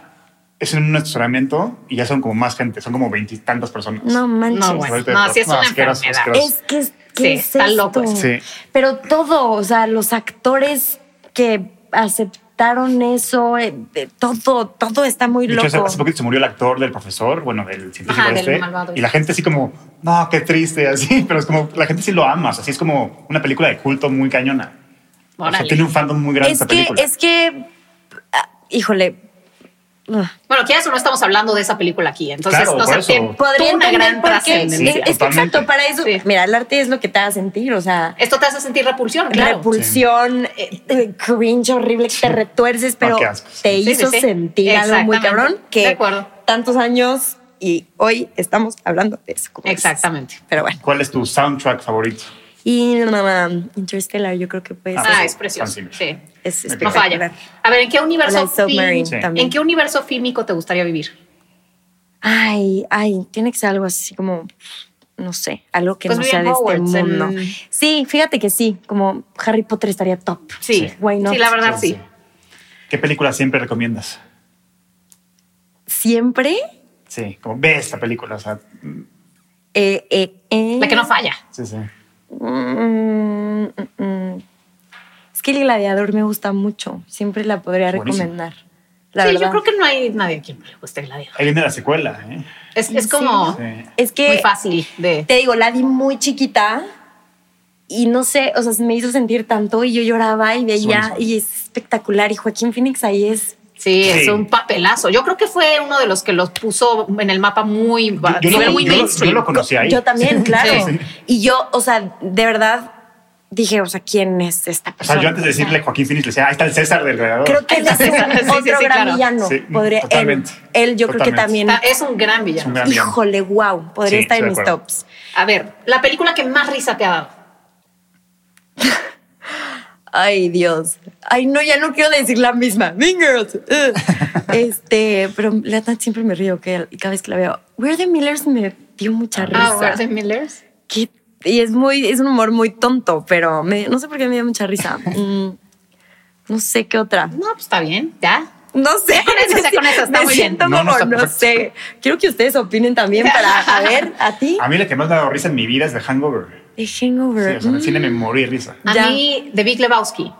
es en un estacionamiento y ya son como más gente, son como veintitantas personas. No manches. No, bueno. Ahorita- no, sí es una asqueroso, enfermedad. asqueroso. Es que, ¿qué Sí, es está loco esto? eso. Sí. Pero todo, o sea, los actores que aceptaron eso, eh, eh, todo, todo está muy De hecho, hace, loco. hace poquito se murió el actor del profesor, bueno, del científico Ajá, del este, malvado este. y la gente así como, no, qué triste, así, pero es como, la gente sí lo ama, o sea, sí es como una película de culto muy cañona. Eh, O sea, Órale. tiene un fandom muy grande Es esta que, película. es que, ah, híjole, ah, Bueno, quieras o no estamos hablando de esa película aquí, entonces Claro, no por sé, eso. tiene podría una entender gran por qué. trascendencia. Es- es que Totalmente. exacto, para eso, Sí. mira, el arte es lo que te hace sentir, o sea, Esto te hace sentir repulsión, claro. repulsión, eh, eh, cringe horrible que te retuerces, pero Ah, qué asco, sí. te Sí, sí, hizo sí. sentir algo muy Exactamente. cabrón De que acuerdo. tantos años y hoy estamos hablando de eso. como dices. Exactamente. Pero bueno. ¿Cuál es tu soundtrack favorito? Y mamá, Interstellar, yo creo que pues Ah, Ah, sí, es precioso. Hans Zimmer. Sí. es me No Perfecto. falla. A ver, ¿en qué universo La Submarine fí- Sí. también. ¿En qué universo fílmico te gustaría vivir? Ay, ay, tiene que ser algo así como, no sé, algo que Pues no vive sea en de Hogwarts, este en- mundo. Sí, fíjate que sí, como Harry Potter estaría top. Sí. Why not? Sí, la verdad sí. ¿Qué película siempre recomiendas? Siempre. Sí, como ve esta película, o sea, eh, eh, eh, La que no falla. sí, sí. Mm, mm, mm. Es que el gladiador me gusta mucho. Siempre la podría Buenísimo. recomendar. La sí, verdad. yo creo que no hay nadie a quien le guste Gladiador. Ahí viene la secuela, ¿eh? Es, es como Sí. Es que muy fácil de... te digo, la vi muy chiquita y no sé, o sea, se me hizo sentir tanto y yo lloraba y veía buenísimo. y es espectacular y Joaquín Phoenix ahí es. Sí, es Sí. un papelazo. Yo creo que fue uno de los que los puso en el mapa muy... a Yo, yo nivel lo, muy yo lo- mainstream. yo lo conocí ahí. Yo también, claro. Sí. Y yo, o sea, de verdad dije, o sea, ¿quién es esta O sea, persona? yo antes de decirle Joaquín Phoenix, le decía, ahí está el César del Gladiador. creo que él es Sí, sí, sí, otro claro. gran villano. Sí, podría él, totalmente. él yo creo que Totalmente. también. Está- es un gran Es un villano. gran villano. Híjole, wow, podría Sí, estar estoy en de mis acuerdo. tops. A ver, la película que más risa te ha dado. Ay, Dios. Ay, no, ya no quiero decir la misma. Mean Girls. Ugh. este, pero la neta siempre me río que cada vez que la veo. Where the Millers me dio mucha risa. Ah, Where the Millers. Qué- y es muy, es un humor muy tonto, pero me- no sé por qué me dio mucha risa. Mm, no sé qué otra. No, pues está bien, ya. No sé. Con eso, o sea, con eso está Me muy siento bien. No, no como, está no, perfecto. sé. Quiero que ustedes opinen también para a ver a ti. A mí la que más me ha dado risa en mi vida es The Hangover. The Ah, Sí, Hangover. o sea, en el Mm, cine me morí de risa. A Ya. mí, The Big Lebowski.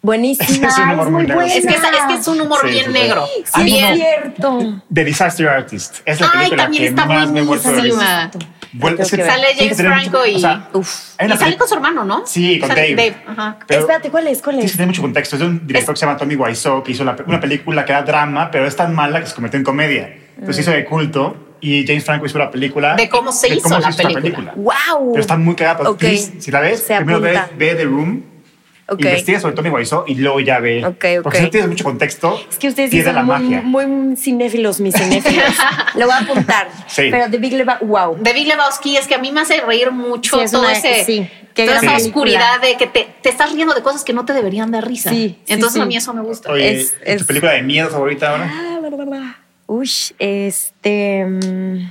Buenísima. Es un humor muy es muy negro. buena. Es que, esa- es que es un humor Sí, bien sí, sí. negro. Sí, es bien. cierto. The Disaster Artist es la Ay, película también que está más me he muerto de risa. buenísima. Bueno, es que Tengo que ver. Sale tienes que tener James mucho- Franco y- o sea, Uf. hay Y una sale peli- con su hermano, ¿no? Sí, con Sale Dave. ajá. Pero- Espérate, ¿cuál es? ¿Cuál Tienes que es? tener mucho contexto. Es de un director que se llama Tommy Wiseau, que hizo la- una película que era drama, pero es tan mala que se convirtió en comedia. Entonces hizo de culto y James Franco hizo la película. Mm. De cómo se hizo la esta película. ¡Wow! Pero está muy cagada. pero Ok. please, Si la ves, Se primero ve, apunta. ve The Room, Ok. investiga sobre Tommy Wiseau y luego ya ve. Ok, ok. Porque si no tienes mucho contexto, Es que ustedes sí pierde son la muy, magia. muy cinéfilos, mis cinéfilos. Lo voy a apuntar. Sí. Pero The Big Lebowski, wow. The Big Lebowski es que a mí me hace reír mucho Sí, es todo una- ese, sí, qué toda gran esa película. oscuridad de que te, te estás riendo de cosas que no te deberían dar risa. Sí, sí, Entonces sí. a mí eso me gusta. Oye, Es- ¿y es- ¿tu película de miedo favorita ahora? Ah, bla, bla, bla. Uy, este... mm,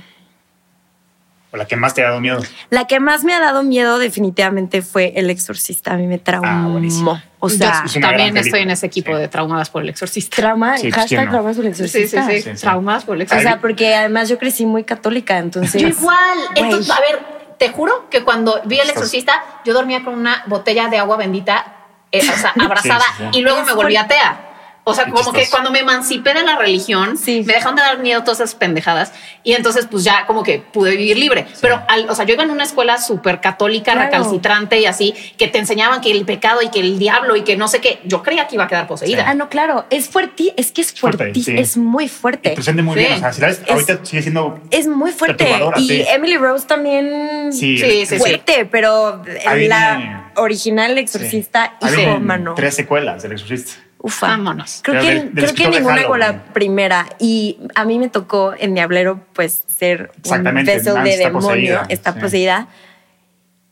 ¿O la que más te ha dado miedo? La que más me ha dado miedo definitivamente fue El Exorcista. A mí me traumó. Ah, buenísimo. O Yo sea, Es una gran también película. estoy en ese equipo Sí. de traumadas por el exorcista. trauma, Sí, pues, ¿quién hashtag no? traumas del Sí, sí, sí, exorcista. Sí, sí. Traumadas por el O exorcista. sea, porque además yo crecí muy católica, entonces... Yo igual. Entonces, Güey. a ver, te juro que cuando vi el exorcista, yo dormía con una botella de agua bendita, eh, o sea, abrazada, sí, y luego me Es volví por- atea. O sea, Qué como que chistoso. cuando me emancipé de la religión, Sí. me dejaron de dar miedo todas esas pendejadas y entonces pues ya como que pude vivir libre. Pero, al- o sea, yo iba en una escuela súper católica, Claro. recalcitrante y así, que te enseñaban que el pecado y que el diablo y que no sé qué, yo creía que iba a quedar Ah, poseída. no, claro. Es fuerte, es que es Fuerte, fuerte, sí. es muy fuerte. Presente muy Sí. bien. O sea, si la ves, Es- ahorita sigue siendo. Es muy fuerte. Perturbadora, Y sí. Emily Rose también Sí, Sí, sí, sí. fuerte, pero en Ahí la viene- original Exorcista, Hay hijo, un- mano. Tres secuelas del Exorcista. Ufa. Vámonos. Creo Pero que, del- del creo que escritor de ninguna con la Halloween. primera. Y a mí me tocó en Diablero, pues, ser un Exactamente, beso Nancy de está demonio, poseída, está sí. poseída.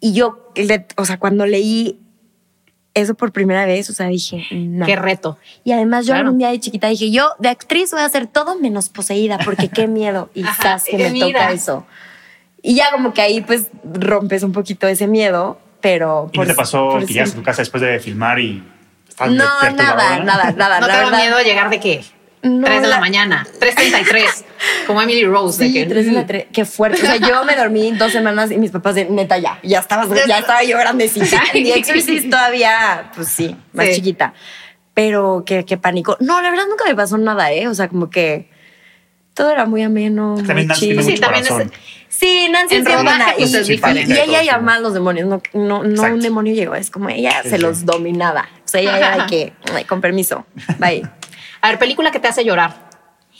Y yo, le- o sea, cuando leí eso por primera vez, o sea, dije, no. Qué reto. Y además yo Claro. algún día de chiquita dije, yo de actriz voy a hacer todo menos poseída, porque qué miedo. Y Ajá, sas que eh, me mira. toca eso. Y ya como que ahí pues rompes un poquito ese miedo, pero... pues, ¿Y qué te pasó por que llegas a sí. tu casa después de filmar y estás No, nada, perturbadora? nada, nada. ¿No la te daba verdad, miedo llegar de qué? No, 3 de la, la- mañana, 3.33, como Emily Rose. de Sí, que, "Mm". tres en la tre- Qué fuerte. O sea, yo me dormí dos semanas y mis papás de neta ya. Ya estaba, ya estaba yo grandecita. Sí. Y Exorcist todavía, pues sí, más Sí. chiquita. Pero qué, qué pánico. No, la verdad nunca me pasó nada, ¿eh? O sea, como que todo era muy ameno. También Muy Nancy tiene chill. Sí, mucho también es- corazón. Sí, Nancy En es bien rodaje, buena. pues, y, es y- diferente. y ella llamaba a los demonios. No, no, no Exacto. un demonio llegó. Es como ella Sí, se sí. los dominaba. O sea, ella era de que, "Ay, con permiso, bye. A ver, película que te hace llorar.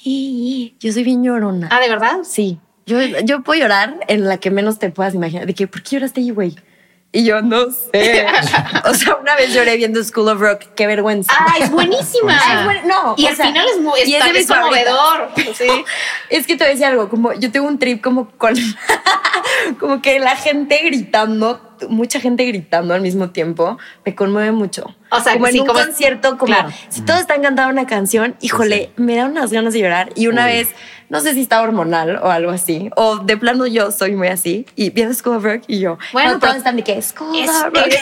Y yo soy bien llorona. Ah, ¿de verdad? Sí, yo, yo puedo llorar en la que menos te puedas imaginar. De que, ¿por qué lloraste ahí, güey? Y yo no sé. o sea, una vez lloré viendo School of Rock. Qué vergüenza. Ah, es buenísima. Ah, es buen- no, y o al sea, final es, muy, y es de es, mis es conmovedor. Sí. Es que te voy a decir algo, como yo tengo un trip como con... como que la gente gritando, mucha gente gritando al mismo tiempo, me conmueve mucho. O sea, como en sí, un como es- concierto, como claro. si todos están cantando una canción, híjole, me da unas ganas de llorar. Y una Uy. vez, no sé si estaba hormonal o algo así, o de plano yo soy muy así, y viendo School of Rock y yo, Bueno, pero- bueno, todos están de que School Es- of Rock.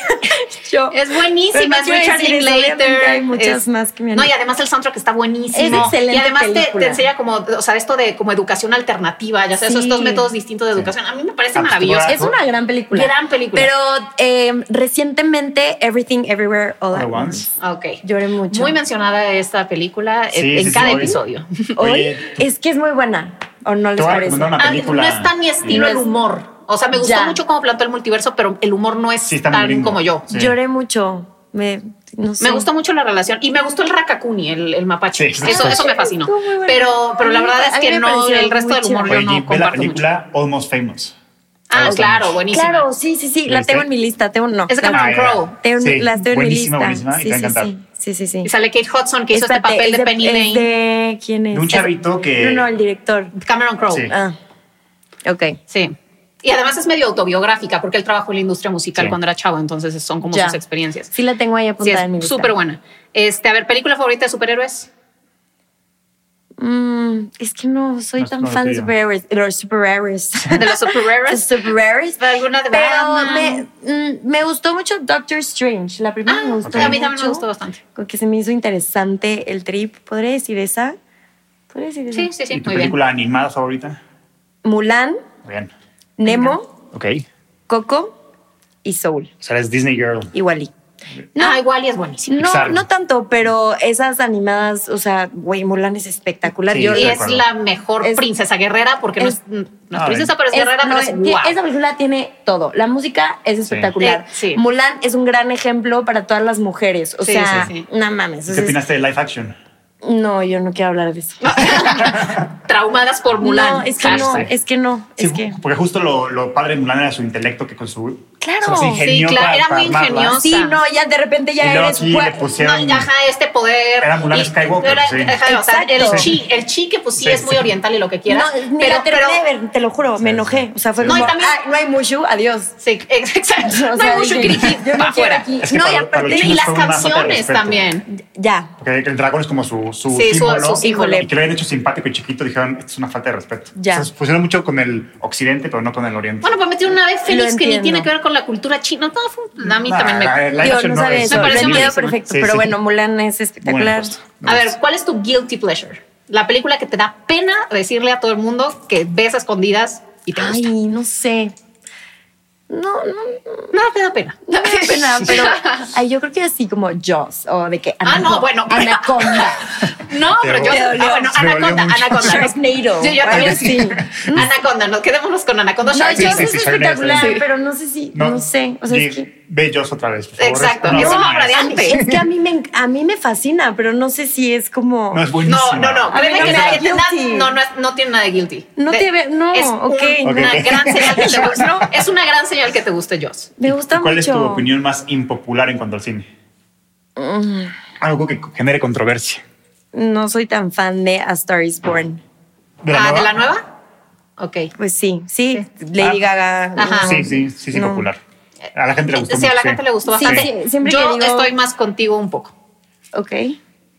yo, Es Pero no buenísima, es quiero Richard decir eso, obviamente Linklater. hay muchas es- más que me han- No, y además el soundtrack está buenísimo. Es excelente Y además te- te, película. enseña como, o sea, esto de como educación alternativa, ya sabes, Sí. estos métodos distintos de educación. A mí me parece Ah, maravilloso. claro. Es una gran película. Gran película. Pero eh, recientemente, Everything Everywhere All All at at Once. once. Ah, Ok. Lloré mucho. Muy mencionada esta película en- Sí, en sí, sí, cada oye. episodio. Hoy Oye, es que es muy buena. ¿O no les voy a parece? recomendar una- Ah, película. No es tan mi estilo Sí. el humor. O sea, me gustó Ya. mucho cómo plantó el multiverso, pero el humor no es Sí, está muy tan gringo. como yo. Sí. Lloré mucho. Me, no sé. Me gustó mucho la relación y me gustó el Rakakuni, el, el mapache. Sí, eso, sí. eso me fascinó. Estuvo muy bueno. Pero, pero A la mí me verdad pa- es a mí que me no, pareció el resto muy del humor chévere. yo oye, no ve la comparto mucho. película Almost Famous. Ah, Almost claro, Famous. buenísima. Claro, sí, sí, sí. ¿La La viste? tengo en mi lista. Tengo, no. Es Cameron Ah, ya, ya. Crowe. Tengo en- Sí, la tengo en mi buenísima, lista. buenísima, y sí, te va a sí, encantar. sí, sí, sí, sí. Y sale Kate Hudson, que hizo este Espérate, papel es de Penny es Lane. de- ¿Quién es? De un chavito que- No, no, el director. Cameron Crowe. Sí. Sí. Ah, ok. Y además es medio autobiográfica porque él trabajó en la industria musical Sí. cuando era chavo, entonces son como Ya. sus experiencias. Sí la tengo ahí Sí, apuntada en mi es lista. súper buena. Este, a ver, película favorita de superhéroes. Mm, es que no soy No es tan como lo fan de tuyo. superhéroes. De los superhéroes. De los superhéroes. superhéroes. ¿Pero alguna de Pero me, Batman? mm, me gustó mucho Doctor Strange. La primera Ah, me gustó. ok. a mí también me mucho. gustó bastante. Como que se me hizo interesante el trip. ¿Podría decir esa? ¿Podría decir esa? Sí, sí, sí, ¿Y tu muy bien. película animada favorita? Mulan, Bien. Nemo, Ok. Coco y Soul. O sea, eres Disney Girl. Igualí. No, igual y es buenísima. No, Pixar. no tanto, pero esas animadas, o sea, güey, Mulan es espectacular. Sí, Yo- Y de es acuerdo. la mejor Es- princesa guerrera, porque no es- es, no es Ah, princesa, pero es, Es- guerrera, no, pero es es- guau. Esa película tiene todo. La música es espectacular. Eh, sí. Mulan es un gran ejemplo para todas las mujeres. O Sí, sea, sí, sí. no mames. ¿Qué es- opinaste de live action? No, yo no quiero hablar de eso. Traumadas por Mulan. No, es que no, Hashtag. es que no, es Sí, que. Porque justo lo, lo padre de Mulan era su intelecto que con su. Claro. su- su ingenio Sí, claro, para- era para muy armarla. ingenioso. Sí, no, ya de repente Y ya luego eres. sí gua- le pusieron. No, ajá, este poder. Era Mulan y- Skywalker, era- sí. ajá, o sea, el Exacto. chi, el chi que pues sí, Sí, es muy sí. oriental y lo que No, quieras. ni pero, la terminé pero- de ver, te lo juro, me Sí, enojé. sí. O sea, fue No, y como, también- "Ay, no hay Mushu, adiós. Sí, ex- exacto. O no sea, hay mucho dije, crítico yo no para quiero afuera. aquí. Es que No, y para, para los aparte- Y chinos las fue una falta de canciones respeto. también. Ya. Porque el dragón es como su, su Sí, su- símbolo. su símbolo. Y que lo habían hecho simpático y chiquito, dijeron, esto es una falta de respeto. Ya. O sea, funciona mucho con el occidente, pero no con el oriente. Bueno, pues metieron una vez Félix Lo que ni entiendo. tiene que ver con la cultura china. No, fue un- a mí también me. la- la- Digo, action no no sabía es- eso. Me Me pareció quedó malísimo. perfecto. Sí, pero sí. bueno, Mulan es Bueno, espectacular. pues, no A ver, es- ¿cuál es tu guilty pleasure? La película que te da pena decirle a todo el mundo que ves a escondidas y te gusta. Ay, no sé. No, no, Nada te da pena. No me da pena, pero ay, yo creo que así como Jaws o de que Ah, no, bueno, bueno. Anaconda. No, Te pero yo. dolió. Ah, bueno, Me dolió Anaconda, mucho. Anaconda. no- Sharknado. Yo, yo también. sí. Anaconda, no, quedémonos con Anaconda. No, Jaws sí, Sharknado. sí, es sí, espectacular, Sharknado, sí. pero no sé si, no, sé. O sea, es que, Bellos otra vez. por favor. Exacto, Es una eso obra no maestra. habría- es que a mí, me, enc- a mí me fascina, pero no sé si es como... No, es No, buenísima. no, no. A mí Créeme no que me la da que te da- guilty. no, no, es- no tiene nada de guilty. No De- te ve- no, es ok, una no. gran señal que te Ok. gusta. Es una gran señal que te guste Joss. me gusta ¿Cuál es mucho. tu opinión más impopular en cuanto al cine? Mm. Algo que genere controversia. No soy tan fan de A Star Is Born. ¿De ah, ¿de la nueva? Ok. Pues sí, sí, Lady Ah. Gaga. Ajá. no. Sí, sí, sí, sí, No. popular. A la gente le gustó. Sí, a la mucho, gente le gustó Sí, bastante. sí, siempre Yo que digo- estoy más contigo un poco. Ok.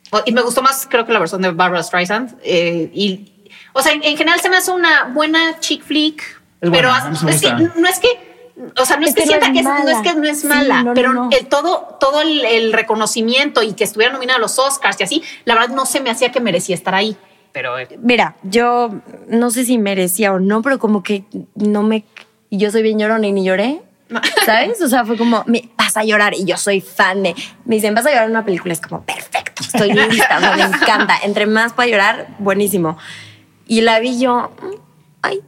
O- Oh, Y me gustó más, creo que la versión de Barbara Streisand. eh, y, o sea, en, en general se me hace una buena chick flick. pero Es buena, as- a mí me es que gusta. no es que. O sea, no es, Es que, que no sienta es que es, no es mala. que no es Sí, mala, no, no, pero no. El, todo, todo el, el reconocimiento y que estuviera nominada a los Oscars y así, la verdad no se me hacía que merecía estar ahí. Pero eh, Mira, yo no sé si merecía o no, pero como que no me. y Yo soy bien llorona y ni lloré. ¿Sabes? O sea, fue como, me, vas a llorar y yo soy fan de. Me dicen, vas a llorar en una película. Es como, perfecto, estoy lista, o sea, me encanta. Entre más para llorar, buenísimo. Y la vi yo, mm, ay,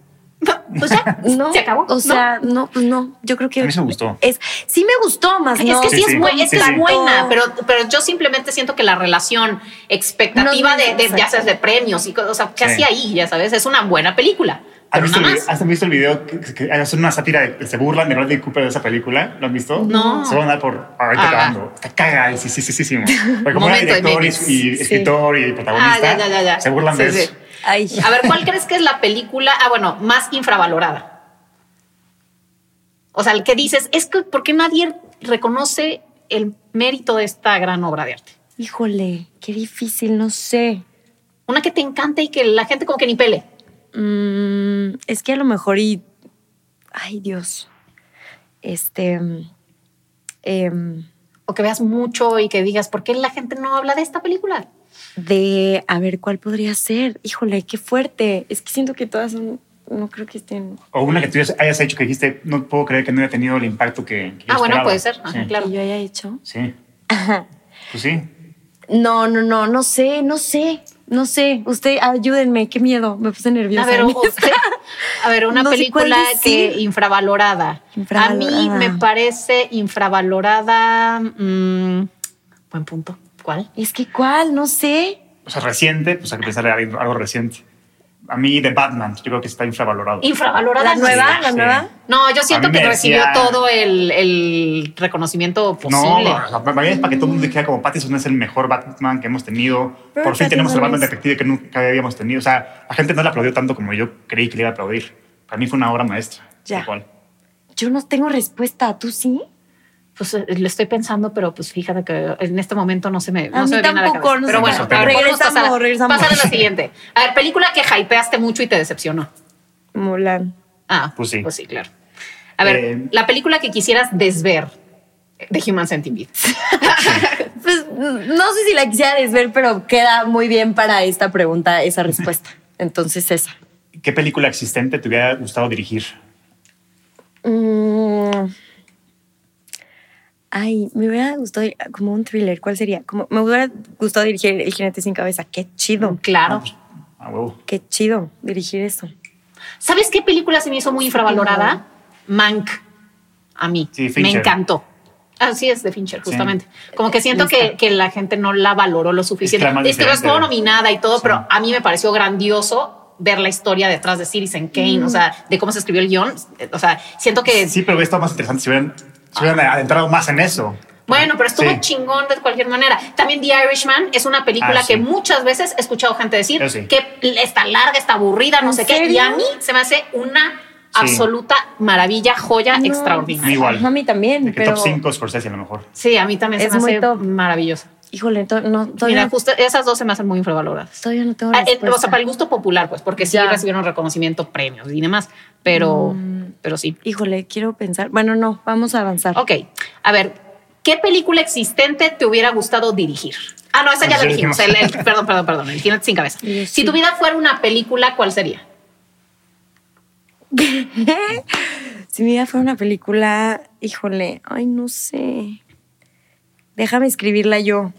pues ya, no. se acabó. O ¿no? sea, no, pues no. Yo creo que. A mí sí me gustó. Es, sí me gustó, más Ay, no. es que sí, Sí, es, sí. buen- es que es Sí, sí. buena, No. pero, pero yo simplemente siento que la relación expectativa No, no, de, de- ya exacto. sabes, de premios y cosas, o sea, ¿qué Sí. hacía ahí? Ya sabes, es una buena película. ¿Has Pero visto, nada el, más. video- ¿Has visto el video que, que hacen una sátira de que se burlan de Bradley Cooper de esa película? ¿Lo han visto? No. Se van a dar por ahorita Ah. acabando. Está caga, sí, sí, sí, sí, sí. Porque como era Momento de director y, memes. y Sí. escritor y protagonista, Ah, ya, ya, ya, ya. se burlan Sí, de sí. eso. Ay, A ver, ¿cuál crees que es la película, ah, bueno, más infravalorada? O sea, el que dices, es que ¿por qué nadie reconoce el mérito de esta gran obra de arte? híjole, qué difícil, no sé. Una que te encanta y que la gente como que ni pele. Mm, es que a lo mejor y. Ay, Dios. Este. mm, em, O que veas mucho y que digas, ¿por qué la gente no habla de esta película? de. A ver, ¿cuál podría ser? Híjole, qué fuerte. Es que siento que todas son. No creo que estén. O una que tú hayas hecho que dijiste, no puedo creer que no haya tenido el impacto que, que yo Ah, bueno, esperaba". puede ser. Ajá, Sí. Claro. Que yo haya hecho. Sí. Ajá. Pues sí. No, no, no, no sé, no sé. No sé. Usted, ayúdenme, qué miedo. Me puse nerviosa. A ver, usted- a ver, una No sé cuál película decir. que infravalorada. A mí Infravalorada. me parece infravalorada. mm, buen punto. ¿Cuál? Es que cuál, no sé. O sea, reciente, pues hay que pensar en algo, algo reciente. A mí, The Batman, yo creo que está infravalorado. Infravalorada. La no nueva, sé. la sí. nueva. No, yo A siento mí que me recibió decía- todo el, el reconocimiento No, o posible. sea, para mí es para que todo el mundo dijera como Pattinson es el mejor Batman que hemos tenido. Pero Por fin tenemos el Batman Pattinson es- detective que nunca habíamos tenido. O sea, la gente no le aplaudió tanto como yo creí que le iba a aplaudir. Para mí fue una obra maestra. Ya. tal cual. Yo no tengo respuesta. ¿Tú sí? Pues eh, lo estoy pensando, pero pues fíjate que en este momento no se me, A no se me mí viene a la tampoco, cabeza. no pero se me bueno, ocurre. a ver, podemos Regresamos, pasar a- regresamos. pasar a la siguiente. A ver, película que hypeaste mucho y te decepcionó. Mulan. Ah, Pues sí. Pues sí, claro. A ver, Eh, la película que quisieras desver de Human Centipede. Pues no sé si la quisiera desver, pero queda muy bien para esta pregunta esa respuesta. Entonces esa. ¿Qué película existente te hubiera gustado dirigir? Mm. Ay, me hubiera gustado como un thriller. ¿Cuál sería? Como, me hubiera gustado dirigir El jinete sin cabeza. Qué chido. Claro. A Ah, huevo. Qué chido dirigir eso. ¿Sabes qué película se me hizo muy infravalorada? Mank. A mí. Sí, me Fincher. encantó. Así es, de Fincher, Sí. justamente. Como que siento que, que la gente no la valoró lo suficiente. Es que la más Es que no estuvo diferente. nominada y todo, Sí. pero a mí me pareció grandioso ver la historia detrás de Citizen Kane, o sea, de cómo se escribió el guión. O sea, siento que... Sí, pero hubiera estado más interesante si hubieran, si hubieran Ah. adentrado más en eso. Bueno, pero estuvo Sí. chingón de cualquier manera. También The Irishman es una película Ah, sí. que muchas veces he escuchado gente decir Yo sí. que está larga, está aburrida, no ¿En sé qué. Y a serio? mí se me hace una Sí. absoluta maravilla, joya No. extraordinaria. Igual. A mí De también, que pero top 5 Scorsese a lo mejor. Sí, a mí también Es se me muy hace top. maravillosa. híjole, to- no, Mira, todavía, justo esas dos se me hacen muy infravaloradas. todavía no tengo Ah, eh, respuesta. O sea, para el gusto popular, pues, porque sí Ya. recibieron reconocimiento, premios y demás, pero, Mm. pero sí. Híjole, quiero pensar. Bueno, no, vamos a avanzar. Ok, a ver, ¿qué película existente te hubiera gustado dirigir? Ah, no, esa ya Ya la dijimos. dijimos. el- el- perdón, perdón, perdón. El jinete sin cabeza. Sí, Si sí. tu vida fuera una película, ¿cuál sería? Si mi vida fuera una película, híjole, ay, no sé. Déjame escribirla yo.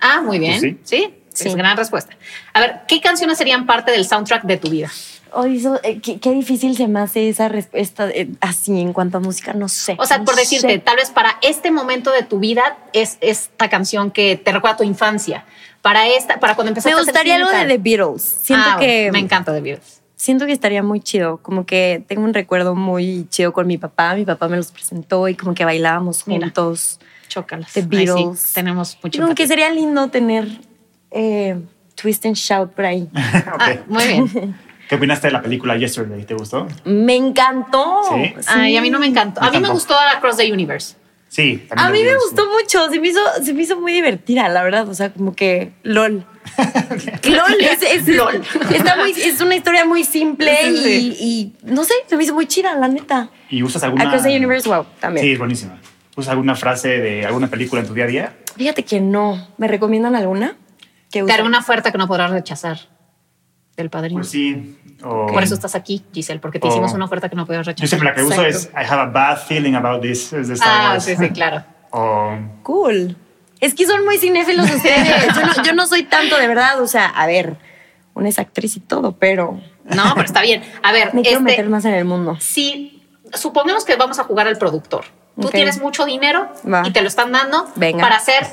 Ah, muy bien. Pues sí. sí. Sí. es gran respuesta. A ver, ¿qué canciones serían parte del soundtrack de tu vida? Ay, eso, eh, qué, qué difícil se me hace esa respuesta eh, así en cuanto a música, no sé. O sea, no por decirte, sé. tal vez para este momento de tu vida es esta canción que te recuerda a tu infancia. Para esta, para cuando empezaste Me gustaría a hacer algo cine de The y tal. Beatles. Siento Ah, que Me encanta The Beatles. siento que estaría muy chido. Como que tengo un recuerdo muy chido con mi papá. Mi papá me los presentó y como que bailábamos Mira. juntos. Chócalas. The Ahí sí, Beatles. tenemos mucho. Como que sería lindo tener eh, Twist and Shout por ahí. Ok. Ah, muy bien. ¿Qué opinaste de la película Yesterday? ¿Te gustó? Me encantó. Sí. Ay, Ah, a mí no me encantó. Me a mí me tampoco. gustó Across the Universe. Sí. también A la mí vi, me sí. gustó mucho, se me, hizo, se me hizo muy divertida, la verdad, o sea, como que LOL. LOL, es, es- LOL. Está muy, es una historia muy simple Sí, sí, y, y no sé, se me hizo muy chida, la neta. ¿Y usas alguna? Across the Universe, wow, también. Sí, es buenísima. ¿Usas alguna frase de alguna película en tu día a día? Fíjate que no, ¿Me recomiendan alguna? que Te haré una oferta que no podrás rechazar del padrino. Pues sí. O, Por eso estás aquí, Giselle, porque te O- hicimos una oferta que no podías Yo rechazar. siempre la que uso es Exacto. I have a bad feeling about this. Es de Star Ah, Wars. sí, sí, claro. O cool. Es que son muy cinéfilos ustedes. Yo no, yo no soy tanto, de verdad. O sea, a ver, una es actriz y todo, pero No, pero está bien. A ver, me quiero este, meter más en el mundo. si supongamos que vamos a jugar al productor. Tú Ok. tienes mucho dinero Va. y te lo están dando Venga. para hacer,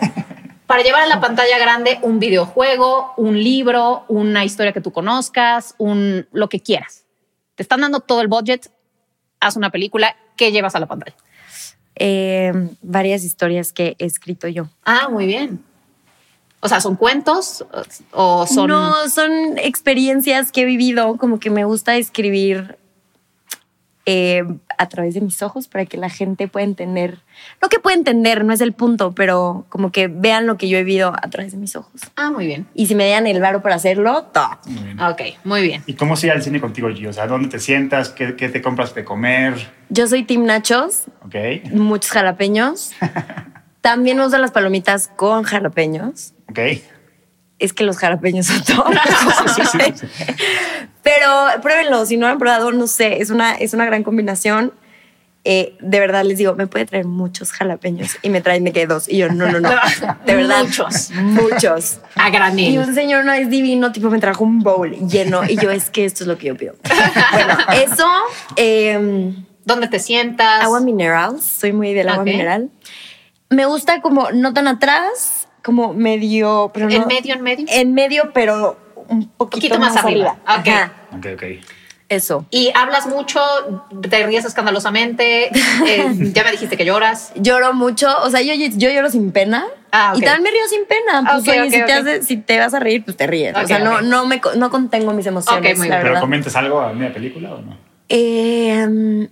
para llevar a la pantalla grande un videojuego, un libro, una historia que tú conozcas, un lo que quieras. Te están dando todo el budget, haz una película, ¿qué llevas a la pantalla? Eh, varias historias que he escrito yo. Ah, muy bien. O sea, ¿son cuentos o son...? No, son experiencias que he vivido, como que me gusta escribir eh, a través de mis ojos para que la gente pueda entender. No que pueda entender, no es el punto, pero como que vean lo que yo he vivido a través de mis ojos. Ah, muy bien. Y si me dan el varo para hacerlo, top. muy bien. Ok, muy bien. ¿Y cómo se ir al cine contigo, Gio? O sea, ¿dónde te sientas? ¿Qué, qué te compras de comer? Yo soy Team Nachos, ¿Ok? muchos jalapeños. También me gustan las palomitas con jalapeños. ¿Ok? Es que los jalapeños son todo. Pero pruébenlo, si no lo han probado, no sé, es una, es una gran combinación. Eh, de verdad les digo, me puede traer muchos jalapeños y me traen de que dos. Y yo, no, no, no. De verdad. Muchos. Muchos. A Y granel. un señor no es divino, tipo me trajo un bowl lleno y yo es que esto es lo que yo pido. Bueno, eso, eh, ¿Dónde te sientas? agua mineral, soy muy del agua Ok. mineral. Me gusta como no tan atrás, como medio, pero ¿En no- medio, en medio? en medio, pero un poquito, Poquito más arriba. Ah, Ok. Ok, ok. Eso. Y hablas mucho, te ríes escandalosamente, eh, ya me dijiste que lloras. Lloro mucho, o sea, yo, yo lloro sin pena. Ah, ok. Ah, Y también me río sin pena. Pues, Ok, oye, ok, si, ok. Te hace- si te vas a reír, pues te ríes. Ok, o sea, no, ok. no, me, co- no contengo mis emociones, Ok, muy la bien. ¿Pero verdad. comentas algo a media película o no? Eh, mm,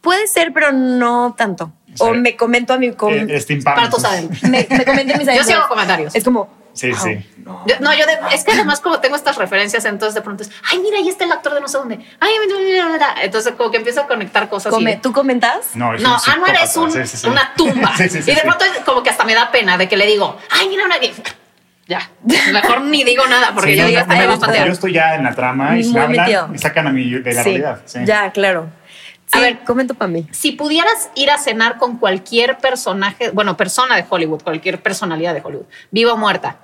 puede ser, pero no tanto. Sí. O me comento a mi... com- Eh, es Tim Pam, Para tus entonces. adentros. me, me comento a mis Yo amigos. sí hago comentarios. Es como... Sí, "Wow, sí. no". Yo- no, yo de- es que además como tengo estas referencias, entonces de pronto es, ay, mira, ahí está el actor de no sé dónde. Ay, mira, mira, mira". entonces como que empiezo a conectar cosas. y- Come- ¿Tú comentas? No, es no, un Anuar es psicópata. un- Sí, sí, sí. una tumba. Sí, sí, sí, y de sí. pronto es como que hasta me da pena de que le digo, ay, mira una... Ya, mejor ni digo nada porque Sí, yo no, ya no, hasta no, me va yo- a patear. Yo estoy ya en la trama y si Muy me hablan, metido. me sacan a mí de la realidad. Sí. Ya, claro. A Sí, ver. comento para mí. Si pudieras ir a cenar con cualquier personaje, bueno, persona de Hollywood, cualquier personalidad de Hollywood, viva o muerta,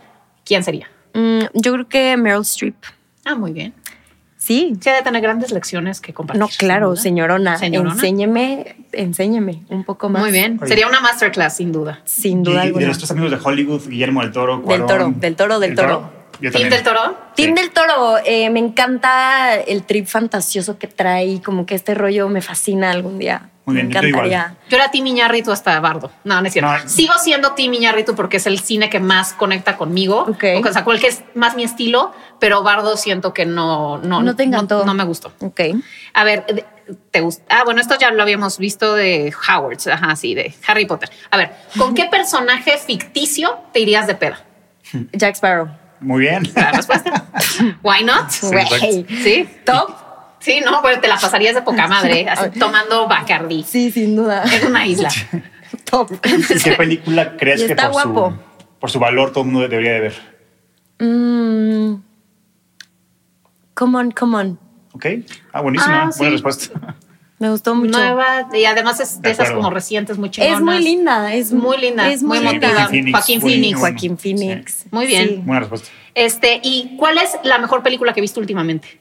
¿quién sería? Mm, yo creo que Meryl Streep. Ah, muy bien. Sí, Sí, ha de tener grandes lecciones que compartir. No, claro, sin duda. señorona, Señorona. Enséñeme, enséñeme un poco más. Muy bien. Oye. Sería una masterclass, sin duda. Sin Y- duda y, de alguna. los tres amigos de Hollywood, Guillermo del Toro, Cuarón, Toro, del Toro, del Toro. Yo ¿Tim también. del Toro? Team Sí. del Toro, eh, me encanta el trip fantasioso que trae, como que este rollo me fascina algún día. Muy bien, me yo igual. encantaría. Yo era Tim Iñárritu hasta Bardo. No, no es cierto. No. Sigo siendo Tim Iñárritu porque es el cine que más conecta conmigo. Ok. O sea, cuál que es más mi estilo, pero Bardo siento que no... No, No te encantó. No, no me gustó. Ok. A ver, de- te gusta. Ah, bueno, esto ya lo habíamos visto de Howard, ajá, sí, de Harry Potter. A ver, ¿con qué personaje ficticio te irías de peda? Mm. Jack Sparrow. Muy bien. La respuesta. Why not? Güey. Sí, top. Sí, no, pero te la pasarías de poca madre, así tomando Bacardi Sí, sin duda. en una isla. Top. ¿Y qué película crees Y que está por guapo. su por su valor todo el mundo debería de ver? Mm, come on, come on. ¿Ok? Ah, buenísima. Ah, Buena sí. respuesta. Me gustó mucho. Nueva, y además es de, De esas acuerdo. como recientes, muy chingonas. es muy linda, es Muy linda, Es muy, muy linda. emotiva. Joaquín Joaquín Phoenix, muy Phoenix. bueno. Joaquín Phoenix. Sí. Muy bien. Buena respuesta. Este, ¿y cuál es la mejor película que viste últimamente?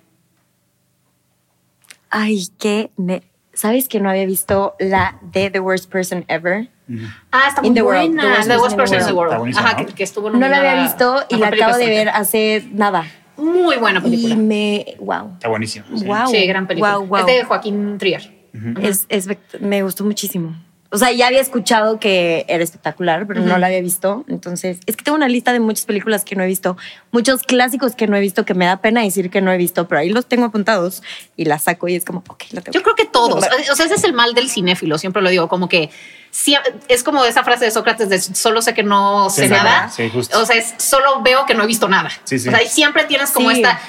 Ay, qué. ne- ¿Sabes que no había visto la de The Worst Person Ever? Ah, está muy In the buena. World, The Worst The Worst Person in the Person in the World. Está World. buenísima, Ajá, ¿no? que, que estuvo No la nominada había visto y mejor la película acabo de ver extranjera. hace nada. Muy buena película. Y me. ¡Wow! Está buenísima. sí. ¡Wow! Sí, gran película. ¡Wow, wow! Es de Joaquín Trier. Es- es- me gustó muchísimo. O sea, ya había escuchado que era espectacular, pero no la había visto. Entonces, es que tengo una lista de muchas películas que no he visto, muchos clásicos que no he visto, que me da pena decir que no he visto, pero ahí los tengo apuntados y las saco y es como, ok, la tengo. Yo creo que todos. O sea, ese es el mal del cinéfilo, siempre lo digo, como que sí, es como esa frase de Sócrates de solo sé que no sé Sí, nada. nada. Sí, justo. O sea, es solo veo que no he visto nada. Sí, sí. O sea, y siempre tienes como Sí. esta,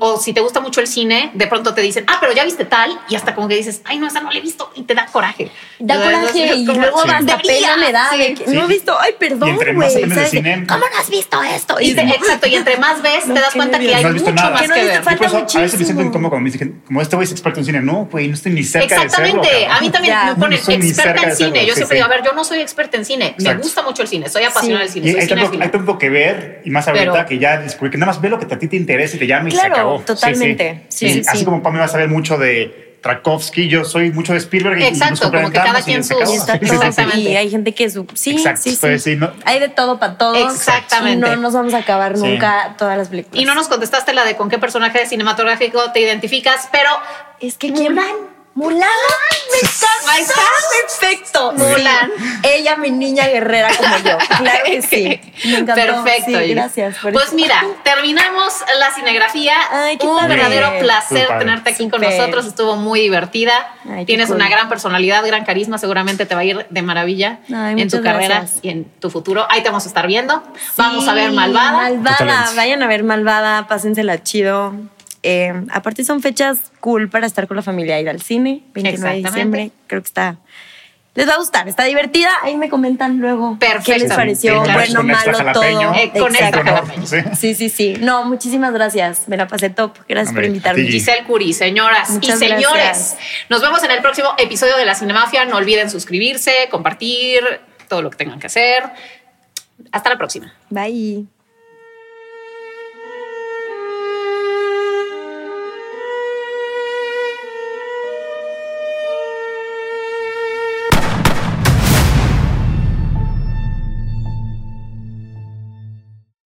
o si te gusta mucho el cine, de pronto te dicen, ah, pero ya viste tal, y hasta como que dices, ay, no, esa no la he visto, y te da coraje. Da Entonces, coraje es y como, luego Sí. hasta "Debería". pena me da. Sí. de que Sí. No he visto, ay, Y perdón, entre más güey. aprendes de ¿sabes? cine- ¿Cómo no has visto esto? Y Y te- de- exacto, y entre más ves, te das qué cuenta que nervios. hay No has visto mucho nada. más Que que, no he visto ver. falta Yo por eso a veces me muchísimo. siento incómodo cuando me dicen, como este güey es experto en cine. No, güey, no estoy ni cerca Exactamente. de serlo. cabrón. a mí también Ya. me ponen No estoy ni experta cerca en de cine. serlo, yo sí, siempre sí. digo, a ver, yo no soy experta en cine. Me Exacto. gusta mucho el cine. Soy apasionada del Y cine. Soy hay tanto, cinéfila. hay tanto que ver y más ahorita Pero- que ya descubrí que nada más ve lo que a ti te interesa y te llama y se Claro, acabó. totalmente. Sí, Sí, sí. sí, Y así sí. como Pam me va a saber mucho de Trakowski, yo soy mucho de Spielberg. y- y Exacto, nos como que complementamos cada y quien se sus- acabó. Y está Sí, sí, todo. sí. Exactamente. Y hay gente que su, sí, Exacto, sí, sí. pues, sí, no- Hay de todo para todos. Exactamente. Y no nos vamos a acabar Sí. nunca todas las películas. Y no nos contestaste la de con qué personaje cinematográfico te identificas, pero Es que ¿quién? Mulan. Mulan. Me Ahí encanta. está. Perfecto. Mulan. Sí. Ella, mi niña guerrera como yo. Claro que sí. Me encantó. perfecto. Sí, Iri. gracigrafías por pues eso. mira, terminamos la cinegrafía. Ay, qué Un padre. verdadero placer Súper padre. tenerte aquí con Súper. nosotros. Estuvo muy divertida. Ay, qué Tienes cool. una gran personalidad, gran carisma. Seguramente te va a ir de maravilla Ay, en tu muchas carrera gracias. y en tu futuro. Ahí te vamos a estar viendo. Sí, Vamos a ver Malvada. Malvada. Totalmente. Vayan a ver Malvada. Pásensela chido. Eh, aparte, son fechas cool para estar con la familia, ir al cine. 29 de Exactamente. diciembre. Creo que está. Les va a gustar, está divertida. Ahí me comentan luego qué les Perfecto. pareció, Con bueno, extra malo, jalapeño. todo. Eh, con extra Exacto. Con honor, jalapeño. sí. Sí, sí, sí. No, muchísimas gracias. Me la pasé top. Gracias Hombre, por a ti. invitarme. Giselle Curie, señoras Muchas y señores. gracias. Nos vemos en el próximo episodio de La Cinemafia. No olviden suscribirse, compartir, todo lo que tengan que hacer. Hasta la próxima. Bye.